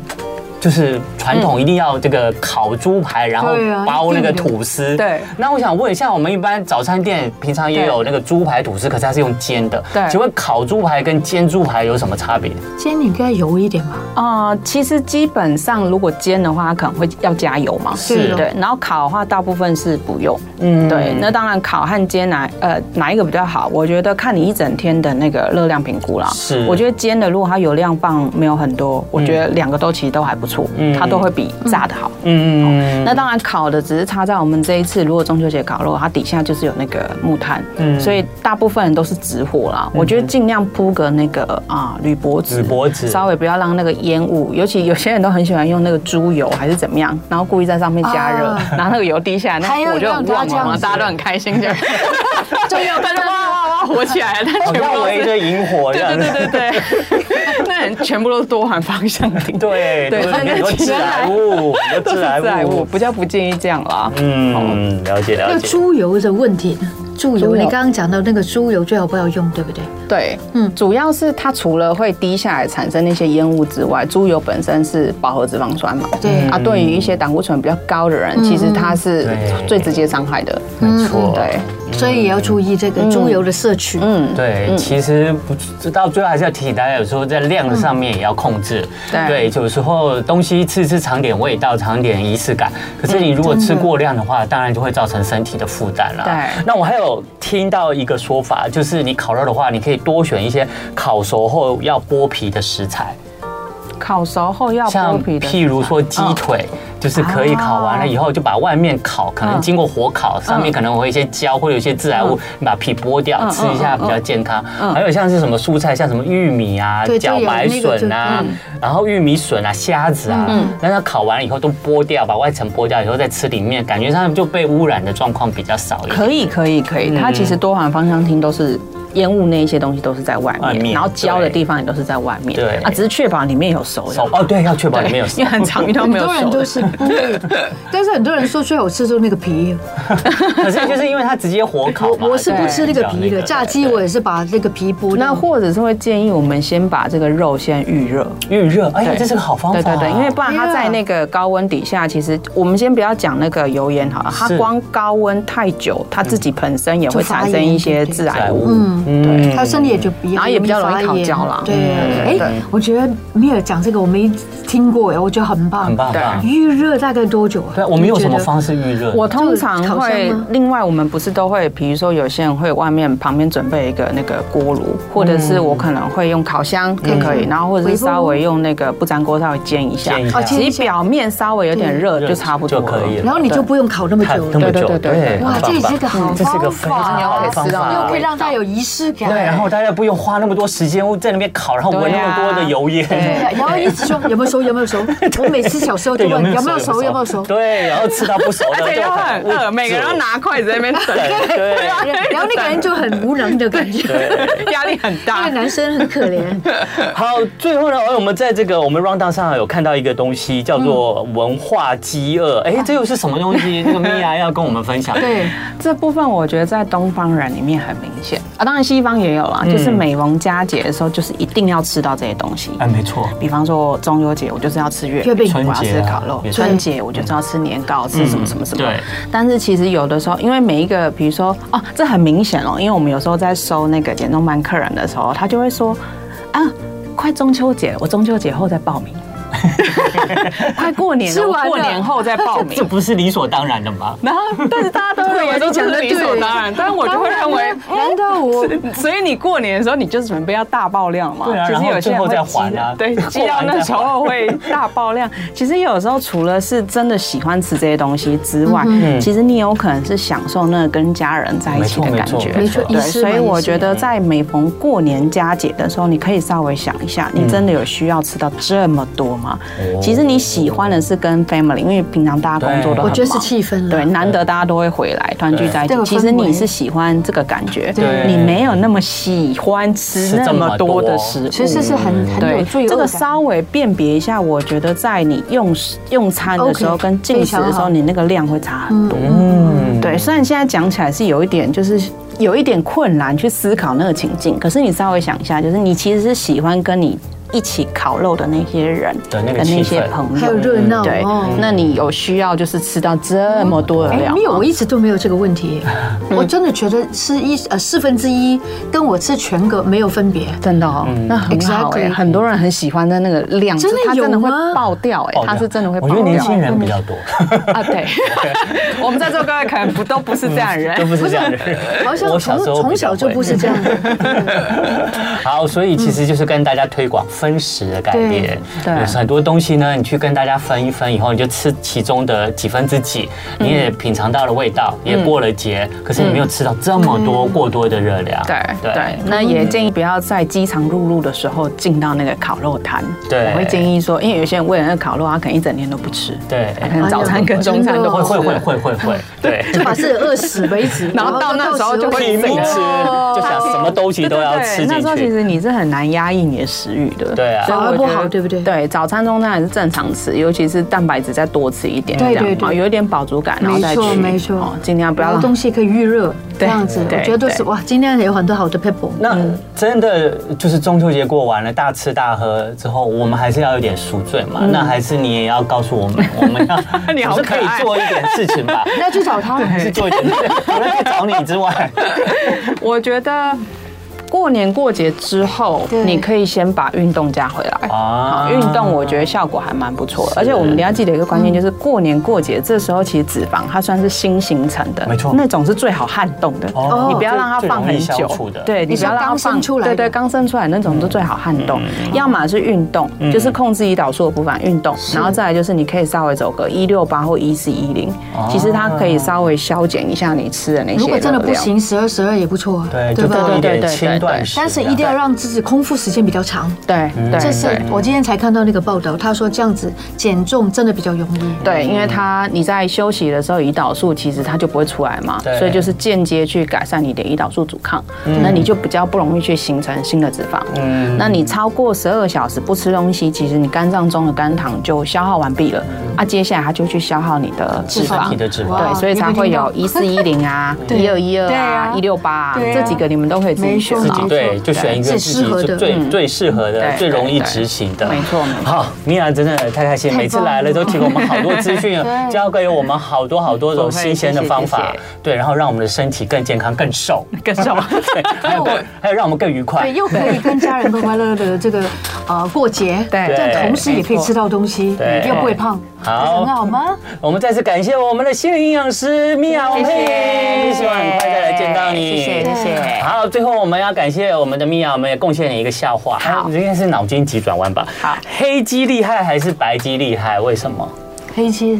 Speaker 3: 就是传统一定要这个烤猪排，然后
Speaker 2: 对啊
Speaker 3: 包那个
Speaker 2: 一定的
Speaker 3: 吐司。
Speaker 4: 对
Speaker 3: 那我想问一下，我们一般早餐店平常也
Speaker 4: 对
Speaker 3: 有那个猪排吐司，可是它是用煎的。
Speaker 4: 对
Speaker 3: 请问烤猪排跟煎猪排有什么差别？
Speaker 2: 煎你应该油一点吧？
Speaker 4: 啊，其实基本上如果煎的话，它可能会要加油嘛，
Speaker 2: 是
Speaker 4: 对。然后烤的话，大部分是不用，
Speaker 3: 嗯
Speaker 4: 对。那当然，烤和煎哪呃哪一个比较好？我觉得看你一整天的那个热量评估啦。
Speaker 3: 是
Speaker 4: 我觉得煎的如果它油量棒没有很多，我觉得两个都其实都还不
Speaker 3: 嗯
Speaker 4: 错，它都会比炸的好。
Speaker 3: 嗯，
Speaker 4: 那当然烤的只是差在我们这一次，如果中秋节烤肉，它底下就是有那个木炭，
Speaker 3: 嗯
Speaker 4: 所以大部分人都是直火啦。我觉得尽量铺个那个啊嗯铝箔纸，
Speaker 3: 铝箔纸
Speaker 4: 稍微不要让那个烟雾，尤其有些人都很喜欢用那个猪油还是怎么样，然后故意在上面加热，
Speaker 2: 啊
Speaker 4: 然后那个油滴下来，
Speaker 2: 还
Speaker 4: 那
Speaker 2: 有
Speaker 4: 个火就很
Speaker 2: 让它
Speaker 4: 旺
Speaker 2: 这样
Speaker 4: 嘛，
Speaker 2: 子
Speaker 4: 大家都很开心这样， (laughs) 就有大家哇哇哇火起来了，但
Speaker 3: 好
Speaker 4: 全部
Speaker 3: 像
Speaker 4: 都
Speaker 3: 围
Speaker 4: 是。
Speaker 3: 着萤火这
Speaker 4: 对
Speaker 3: 样
Speaker 4: 对
Speaker 3: 子。
Speaker 4: 对对对， (laughs) 那很全部都是多环芳香烃。
Speaker 3: 对
Speaker 4: 对
Speaker 3: 都是
Speaker 4: 那
Speaker 3: 很多
Speaker 4: 其
Speaker 3: 致
Speaker 4: 实
Speaker 3: 癌物，很
Speaker 4: 都
Speaker 3: 多致
Speaker 4: 是致
Speaker 3: 癌
Speaker 4: 癌物，
Speaker 3: 物。
Speaker 4: 比较不建议这样啦。
Speaker 3: 嗯，了解了
Speaker 2: 那
Speaker 3: 解。
Speaker 2: 猪油的问题呢？猪
Speaker 4: 猪油
Speaker 2: 油，你刚刚讲到那个猪油最好不要用，对不对？
Speaker 4: 对，嗯
Speaker 2: 嗯，
Speaker 4: 主要是它除了会滴下来产生那些烟雾之外，猪油本身是饱和脂肪酸嘛，
Speaker 2: 对嗯
Speaker 4: 啊，对于一些胆固醇比较高的人，其实它是
Speaker 3: 对
Speaker 4: 最直接伤害的，
Speaker 3: 没错，
Speaker 4: 对，
Speaker 2: 所以也要注意这个猪油的摄取。
Speaker 4: 嗯。
Speaker 3: 对，其实不知到最后还是要提醒大家，有时候在量的上面也要控制。
Speaker 4: 嗯
Speaker 3: 对，有时候东西吃吃尝点味道，尝点仪式感。可是你如果吃过量的话，当然就会造成身体的负担了。
Speaker 4: 对
Speaker 3: 那我还有听到一个说法，就是你烤肉的话，你可以多选一些烤熟后要剥皮的食材。
Speaker 4: 烤熟后要啊剥
Speaker 3: 像
Speaker 4: 皮的，
Speaker 3: 譬如说鸡腿，就是可以烤完了以后就把外面烤，可能经过火烤，上面可能会有一些胶或者有一些致癌物，你把皮剥掉，
Speaker 4: 嗯
Speaker 3: 吃一下
Speaker 4: 嗯
Speaker 3: 比较健康
Speaker 4: 嗯。
Speaker 3: 还有像是什么蔬菜，像什么玉米啊、
Speaker 2: 对
Speaker 3: 茭白笋啊
Speaker 2: 就有那个就，
Speaker 3: 然后玉米笋啊、虾子啊，但它烤完了以后都剥掉，把外层剥掉以后再吃里面，感觉上就被污染的状况比较少一点。
Speaker 4: 可以可以可
Speaker 3: 嗯
Speaker 4: 以，它其实多环芳香烃都是。烟雾那一些东西都是在外
Speaker 3: 外
Speaker 4: 面，
Speaker 3: 面
Speaker 4: 然后焦的地方也都是在外面，
Speaker 3: 对
Speaker 4: 啊，只是确保里面有熟的
Speaker 3: 熟，哦，对，要确保里面有熟
Speaker 4: (laughs) 因为很常遇到没有
Speaker 2: 很多
Speaker 4: 熟
Speaker 2: 人
Speaker 4: 的
Speaker 2: 都，是不会，但是很多人说最好吃就是那个皮。
Speaker 3: 可是就是因为它直接火烤嘛，
Speaker 2: 我是不吃那个皮
Speaker 3: 对
Speaker 2: 的，炸鸡我也是把那个皮剥
Speaker 4: (laughs) 那
Speaker 2: 掉。
Speaker 4: 或者是会建议我们先把这个肉先预热，
Speaker 3: 预热，哎呀，
Speaker 4: 对
Speaker 3: 这是个好方法
Speaker 4: 对
Speaker 3: 啊。
Speaker 4: 对对，因为不然它
Speaker 2: Yeah
Speaker 4: 在那个高温底下，其实我们先不要讲那个油烟好了，它
Speaker 3: 是
Speaker 4: 光高温太久，它自己本身也会
Speaker 2: 就发
Speaker 4: 产生一
Speaker 2: 炎
Speaker 4: 些
Speaker 2: 对不对
Speaker 4: 致癌物。
Speaker 3: 嗯，对
Speaker 2: 他身体也就比
Speaker 4: 然后也比较容易烤焦啦
Speaker 2: 对，
Speaker 4: 嗯对
Speaker 2: 哎，我觉得米尔讲这个我没听过哎，我觉得很棒，
Speaker 3: 很棒很棒。
Speaker 2: 预热大概多久啊？
Speaker 3: 对，我们用什
Speaker 2: 你
Speaker 3: 么
Speaker 2: 觉得？
Speaker 3: 方式预热？
Speaker 4: 我通常
Speaker 2: 就是烤箱
Speaker 4: 会
Speaker 2: 吗，
Speaker 4: 另外我们不是都会，比如说有些人会外面旁边准备一个那个锅炉，或者
Speaker 3: 嗯
Speaker 4: 是我可能会用烤箱也可以，然后或者是稍微用那个不粘锅稍微煎一下
Speaker 3: 哦煎一下，
Speaker 4: 其实表面稍微有点热就差不多
Speaker 3: 就可以了
Speaker 2: 然后你就不用烤那么
Speaker 3: 看
Speaker 2: 久了。
Speaker 3: 那么久，
Speaker 4: 对对对对对
Speaker 2: 哇
Speaker 3: 很棒
Speaker 2: 这是
Speaker 3: 吧
Speaker 2: 个好
Speaker 3: 嗯这是个非
Speaker 2: 方
Speaker 3: 常
Speaker 2: 法
Speaker 3: 好的
Speaker 4: 这
Speaker 3: 方
Speaker 4: 样
Speaker 3: 法
Speaker 4: 又
Speaker 2: 又可
Speaker 4: 可以
Speaker 2: 以
Speaker 4: 吃到
Speaker 2: 让它有仪式感。
Speaker 3: 对，然后大家不用花那么多时间在那边烤，然后闻那么多的油烟。
Speaker 2: 对然后一直说有没有熟，有没有熟。我每次小时候都
Speaker 3: (laughs) 对，
Speaker 2: 问有
Speaker 3: 没
Speaker 2: 没有熟，有没有熟。
Speaker 3: 对，然后吃到不熟
Speaker 2: (laughs)
Speaker 3: 的，
Speaker 4: 而且
Speaker 3: 就
Speaker 4: 又很饿，每个人要拿筷子在那边等，
Speaker 3: 对
Speaker 2: (laughs)
Speaker 3: 哎对
Speaker 4: (laughs)
Speaker 2: 然后那个人就很无能的感觉，
Speaker 4: 压力很
Speaker 2: 那
Speaker 4: 大
Speaker 2: 个。男生很可怜。
Speaker 4: (laughs)
Speaker 3: 好，最后呢，我们在这个我们 round down 上有看到一个东西叫做
Speaker 2: 嗯
Speaker 3: 文化饥饿，哎、这又是什么东西？这个米
Speaker 2: (laughs)
Speaker 3: 娅要跟我们分享。
Speaker 2: 对，
Speaker 4: 这部分我觉得在东方人里面很明显啊，当然西方也有啦，就是
Speaker 3: 嗯
Speaker 4: 每逢佳节的时候，就是一定要吃到这些东西。
Speaker 3: 哎，没错，
Speaker 4: 比方说中秋节，我就是要吃月
Speaker 2: 月饼
Speaker 4: 我要
Speaker 3: 春节
Speaker 4: 吃
Speaker 3: 啊
Speaker 4: 烤肉
Speaker 3: 也；是嗯
Speaker 4: 春节我就是要吃年糕，吃什么什么什么。
Speaker 3: 对。
Speaker 4: 但是其实有的时候，因为每一个，比如说哦，这很明显哦，因为我们有时候在收那个减重班客人的时候，他就会说啊，快中秋节，我中秋节后再报名。 (laughs) 快过年
Speaker 2: 吃
Speaker 4: 了，我
Speaker 2: 完了
Speaker 4: 过年后再报名
Speaker 3: 这。不是理所当然的吗？
Speaker 4: 然后，但是大家都 (laughs) 认为都是理所当然，啊但是我就会认为，嗯
Speaker 2: 难道我
Speaker 4: 所以你过年的时候，你就是准备要大爆量嘛？
Speaker 3: 对啊
Speaker 4: 其实有些人会积
Speaker 3: 然后最后再还啊 (laughs)
Speaker 4: 对，积
Speaker 3: 过
Speaker 4: 到
Speaker 3: 完再
Speaker 4: 那时候会大爆量。 (laughs) 其实有时候除了是真的喜欢吃这些东西之外，
Speaker 3: 嗯
Speaker 4: 其实你有可能是享受那个跟家人在一起的感觉。
Speaker 2: 没错没错没错
Speaker 4: 对，
Speaker 2: 仪式嘛
Speaker 4: 所以我
Speaker 2: 仪式
Speaker 4: 觉得在每逢过年佳节的时候，你可以稍微想一下，你真的有需要吃到这么多吗？
Speaker 3: 哦
Speaker 4: 其实你喜欢的是跟 family，因为平常大家工作都
Speaker 3: 对
Speaker 4: 很
Speaker 2: 我
Speaker 4: 忙，
Speaker 2: 觉得是气氛了
Speaker 4: 对，难得大家都会回来团聚在一
Speaker 2: 嗯这
Speaker 4: 起。
Speaker 2: 个
Speaker 4: 其实
Speaker 2: 氛围
Speaker 4: 你是喜欢这个感觉，
Speaker 3: 对
Speaker 4: 你没有那么喜欢吃那么多的食物。
Speaker 2: 其实是很很有
Speaker 4: 对
Speaker 2: 罪，恶
Speaker 4: 这个
Speaker 2: 感。
Speaker 4: 稍微辨别一下，我觉得在你用食用餐的时候
Speaker 2: OK，
Speaker 4: 跟进食的
Speaker 2: 非常
Speaker 4: 时
Speaker 2: 好
Speaker 4: 候，你那个量会差很多。
Speaker 3: 嗯，
Speaker 4: 对，虽然现在讲起来是有一点，就是有一点困难去思考那个情境，可是你稍微想一下，就是你其实是喜欢跟你一起烤肉的那些人
Speaker 3: 的那个
Speaker 4: 跟
Speaker 3: 气
Speaker 4: 些
Speaker 3: 氛
Speaker 4: 朋
Speaker 2: 还有
Speaker 4: 友。
Speaker 2: 热闹
Speaker 4: 对
Speaker 2: 哦，。
Speaker 4: 那你有需要就是吃到这么多的
Speaker 2: 哎，
Speaker 4: 量吗？
Speaker 2: 没有，我一直都没有这个问题。
Speaker 4: 嗯
Speaker 2: 我真的觉得吃一呃四分之一跟我吃全个没有分别。
Speaker 4: 真的哦，
Speaker 3: 嗯
Speaker 4: 那很好哎、
Speaker 2: Exactly
Speaker 4: 很多人很喜欢的那个量，
Speaker 2: 真的
Speaker 4: 就是它真的
Speaker 2: 有
Speaker 4: 会
Speaker 2: 吗
Speaker 4: 爆掉哎、它是真的会爆
Speaker 3: 我
Speaker 4: 掉。
Speaker 3: 觉得哦年轻人比较
Speaker 4: (laughs)
Speaker 3: 多，
Speaker 4: 啊，对，我们在座各位可能不都不是这样的
Speaker 3: 嗯都
Speaker 4: 人。
Speaker 3: 不是这样的人。
Speaker 2: (laughs) 好像
Speaker 3: 我小
Speaker 2: 从
Speaker 3: 时候
Speaker 2: 从
Speaker 3: 比较
Speaker 2: 小就
Speaker 3: 会
Speaker 2: 不是这样的。
Speaker 3: (laughs) 好，所以其实就是跟大家推广分食的概念。
Speaker 4: 对对
Speaker 3: 有很多东西呢，你去跟大家分一分以后，你就吃其中的几分之几，
Speaker 4: 嗯
Speaker 3: 你也品尝到了味道，也过了节，可是你没有吃到这么多过多的热量。
Speaker 4: 对嗯对，那也建议不要在饥肠辘辘的时候进到那个烤肉摊。
Speaker 3: 对
Speaker 4: 我会建议说，因为有些人为了那个烤肉，他可能一整天都不吃，
Speaker 3: 对
Speaker 2: 哎
Speaker 4: 他可能早餐跟中
Speaker 2: 哦
Speaker 4: 餐都
Speaker 3: 会
Speaker 4: 不吃
Speaker 3: 会会会会会，对。
Speaker 2: (laughs) (laughs) 就把自己饿死为止，
Speaker 4: (laughs) 然后到那时候就会
Speaker 3: 拼命吃，就想什么东 (laughs) 西都要吃
Speaker 4: 哦对对对那
Speaker 3: 进
Speaker 4: 时候其
Speaker 3: 去。
Speaker 4: 实你是很难压抑你的食欲的，
Speaker 3: 对啊
Speaker 4: 所以
Speaker 2: 反而
Speaker 4: 我
Speaker 2: 不
Speaker 4: 觉得
Speaker 2: 好对不对
Speaker 4: 对，早餐、中餐还是正常吃，尤其是蛋白质再多吃一点，
Speaker 2: 对
Speaker 4: 这样
Speaker 2: 对对
Speaker 4: 哦有一点饱足感，然后再
Speaker 2: 没错
Speaker 4: 去，
Speaker 2: 没错
Speaker 4: 哦尽量不
Speaker 2: 然
Speaker 4: 要
Speaker 2: 后
Speaker 4: 让
Speaker 2: 东西可以预热，这
Speaker 4: 对
Speaker 2: 样子，
Speaker 4: 对
Speaker 2: 我觉得都是
Speaker 4: 对
Speaker 2: 哇，今天有很多好的 people。
Speaker 3: 那
Speaker 4: 嗯
Speaker 3: 真的就是中秋节过完了，大吃大喝之后，我们还是要有点赎罪嘛。那还是你也要告诉我
Speaker 4: (laughs)
Speaker 3: 们，我们要
Speaker 4: 嗯你好
Speaker 3: 总是可以
Speaker 4: 可爱
Speaker 3: 做一点事情
Speaker 4: (laughs)
Speaker 3: 吧？
Speaker 2: 那去找他，
Speaker 3: 是做一点事，除了去找你之外，
Speaker 4: (laughs) 我觉得过年过节之后
Speaker 2: 对，
Speaker 4: 你可以先把运动加回来。
Speaker 3: 啊
Speaker 4: (laughs) 好，运动我觉得效果还蛮不错的，而且我们一定要记得一个观念，就是过年过节这时候，其实脂肪它算是新形成的，
Speaker 3: 没错
Speaker 4: 那种是最好撼动的。
Speaker 3: 哦
Speaker 4: 你不要让它放很
Speaker 3: 最容易消
Speaker 4: 久
Speaker 3: 除的，
Speaker 4: 对，你不要让它
Speaker 2: 你说刚
Speaker 4: 放
Speaker 2: 生出来的
Speaker 4: 对对，刚生出来那种都最好撼
Speaker 3: 嗯
Speaker 4: 动。要么是运动，就是控制胰岛素的部分运动，然后再来就是你可以稍微走个一六八或一四一零，
Speaker 3: 哦
Speaker 4: 其实它可以稍微消减一下你吃的那些
Speaker 2: 如果真的
Speaker 4: 热
Speaker 2: 不
Speaker 4: 量
Speaker 2: 行，十二十二也不错啊，
Speaker 3: 对，就
Speaker 2: 吧
Speaker 3: 做？一
Speaker 4: 对对
Speaker 3: 点
Speaker 4: 对
Speaker 3: 轻断食，
Speaker 2: 但是一定要让自己空腹时间比较长。
Speaker 4: 对，
Speaker 3: 嗯
Speaker 4: 对
Speaker 2: 这是
Speaker 4: 对
Speaker 2: 我今天才看到那个报道，他说这样子减重真的比较容易。
Speaker 3: 嗯
Speaker 4: 对，因为它你在休息的时候，胰岛素其实它就不会出来嘛
Speaker 3: 对，
Speaker 4: 所以就是间接去改善你的胰岛素阻抗，那你就比较不容易去形成新的脂肪。
Speaker 3: 嗯
Speaker 4: 那你超过十二小时不吃东西，其实你肝脏中的肝糖就消耗完毕了，啊，接下来它就去消耗你的脂
Speaker 3: 身
Speaker 4: 肪
Speaker 3: 体。的嗯脂肪
Speaker 2: 哇
Speaker 4: 对，所以才会有一四一零啊、一二一
Speaker 2: (laughs)
Speaker 4: 二
Speaker 2: 对
Speaker 4: 啊
Speaker 2: 啊、
Speaker 4: 一六八啊，
Speaker 2: 对啊
Speaker 4: 这几个你们都可以自己选
Speaker 2: 没
Speaker 3: 自
Speaker 2: 错
Speaker 4: 嘛
Speaker 3: 己。对，就选一个
Speaker 2: 最
Speaker 3: 自
Speaker 2: 适
Speaker 3: 己
Speaker 2: 合的
Speaker 3: 最
Speaker 4: 嗯
Speaker 3: 最适合的、
Speaker 4: 对
Speaker 3: 最容易
Speaker 4: 对对
Speaker 3: 执行的。
Speaker 4: 没错没错
Speaker 3: 好，米娅真的太开心，
Speaker 2: 太
Speaker 3: 每次
Speaker 2: 棒
Speaker 3: 来了
Speaker 2: 了
Speaker 3: 都提供我们好多资
Speaker 4: (laughs)
Speaker 3: 讯啊
Speaker 2: 对，
Speaker 3: 教给我们好多好多种
Speaker 4: 不会
Speaker 3: 新鲜的
Speaker 4: 谢谢
Speaker 3: 方法
Speaker 4: 谢谢，
Speaker 3: 对，然后让我们的身体更健康、更
Speaker 4: (laughs)
Speaker 3: 瘦，
Speaker 4: 更瘦
Speaker 3: (laughs) 对，还有更还有让我们更愉快
Speaker 2: 对，。又可以跟家人快快乐乐的这个呃过节，
Speaker 4: 对
Speaker 2: 但同时也可以
Speaker 4: 没错
Speaker 2: 吃到东西嗯
Speaker 3: 对，
Speaker 2: 又不会胖，
Speaker 3: 好
Speaker 2: 不是很好吗？
Speaker 3: 我们再次感谢我们的心理营养师米娅王
Speaker 4: 谢
Speaker 3: 佩
Speaker 4: 谢，
Speaker 3: 仪，希望很快再来见到你。
Speaker 4: 谢谢谢谢。
Speaker 3: 好，最后我们要感谢我们的米娅，我们也贡献了一个笑话。
Speaker 4: 好
Speaker 3: 啊应该是脑筋急转弯吧？
Speaker 4: 好，
Speaker 3: 黑鸡厉害还是白鸡厉害？为什么？
Speaker 2: 黑鸡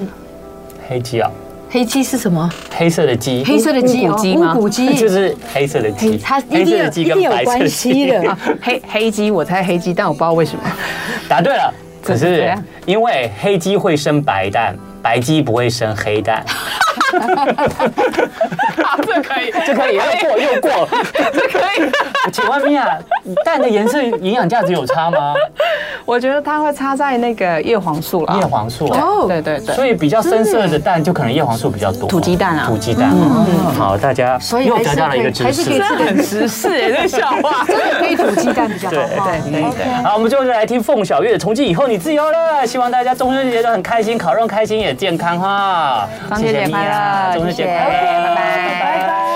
Speaker 3: 黑鸡啊，
Speaker 2: 黑鸡是什么？
Speaker 3: 黑色的鸡，
Speaker 2: 黑色的鸡
Speaker 4: 乌
Speaker 2: 哦
Speaker 4: 骨鸡，吗
Speaker 2: 乌骨鸡
Speaker 3: 就是黑色的鸡，
Speaker 2: 它一定
Speaker 3: 黑色
Speaker 2: 有
Speaker 3: 的
Speaker 2: 一
Speaker 3: 鸡
Speaker 2: 定
Speaker 3: 跟
Speaker 2: 有
Speaker 3: 白色
Speaker 2: 关
Speaker 3: 的
Speaker 2: 系
Speaker 3: 鸡。
Speaker 2: 的。
Speaker 4: 哦黑黑鸡，我猜黑鸡，但我不知道为什么。
Speaker 3: (laughs) 答对了，可
Speaker 4: 怎
Speaker 3: 是
Speaker 4: 样
Speaker 3: 因为黑鸡会生白蛋，白鸡不会生
Speaker 2: (laughs)
Speaker 3: 黑蛋，
Speaker 4: 这可 (laughs) 以，
Speaker 3: 这可以又过又过。 (laughs)
Speaker 4: 这可以。
Speaker 3: 请问米娅，蛋的颜色营养价值有
Speaker 2: (laughs)
Speaker 3: 差吗？
Speaker 4: 我觉得它会插在那个叶黄素啦。
Speaker 3: 叶黄素
Speaker 2: 哦
Speaker 4: 对对对。
Speaker 3: 所以比较深色的蛋就可能叶黄素比较多，
Speaker 4: 土鸡蛋啊
Speaker 3: 土鸡蛋。嗯，好，大家
Speaker 2: 所以
Speaker 3: 又
Speaker 2: 还是
Speaker 3: 得到了一
Speaker 2: 可
Speaker 3: 个
Speaker 2: 以
Speaker 3: 知
Speaker 2: 还是可以
Speaker 3: 识
Speaker 2: 吃。
Speaker 4: 很时事耶，这个笑 (laughs) 话。
Speaker 2: 可以煮鸡蛋比较好。
Speaker 3: 对
Speaker 2: 哈
Speaker 3: 对
Speaker 4: 对
Speaker 2: OK
Speaker 3: 好，我们最后就来听凤小岳的《从今以后你自由了》，希望大家中秋节都很开心，烤肉开心也健康哈。
Speaker 4: 中秋节
Speaker 3: 谢谢米娅啊
Speaker 4: 快乐
Speaker 3: 中秋节
Speaker 4: 谢谢
Speaker 3: 快乐，
Speaker 4: 拜拜
Speaker 2: 拜拜。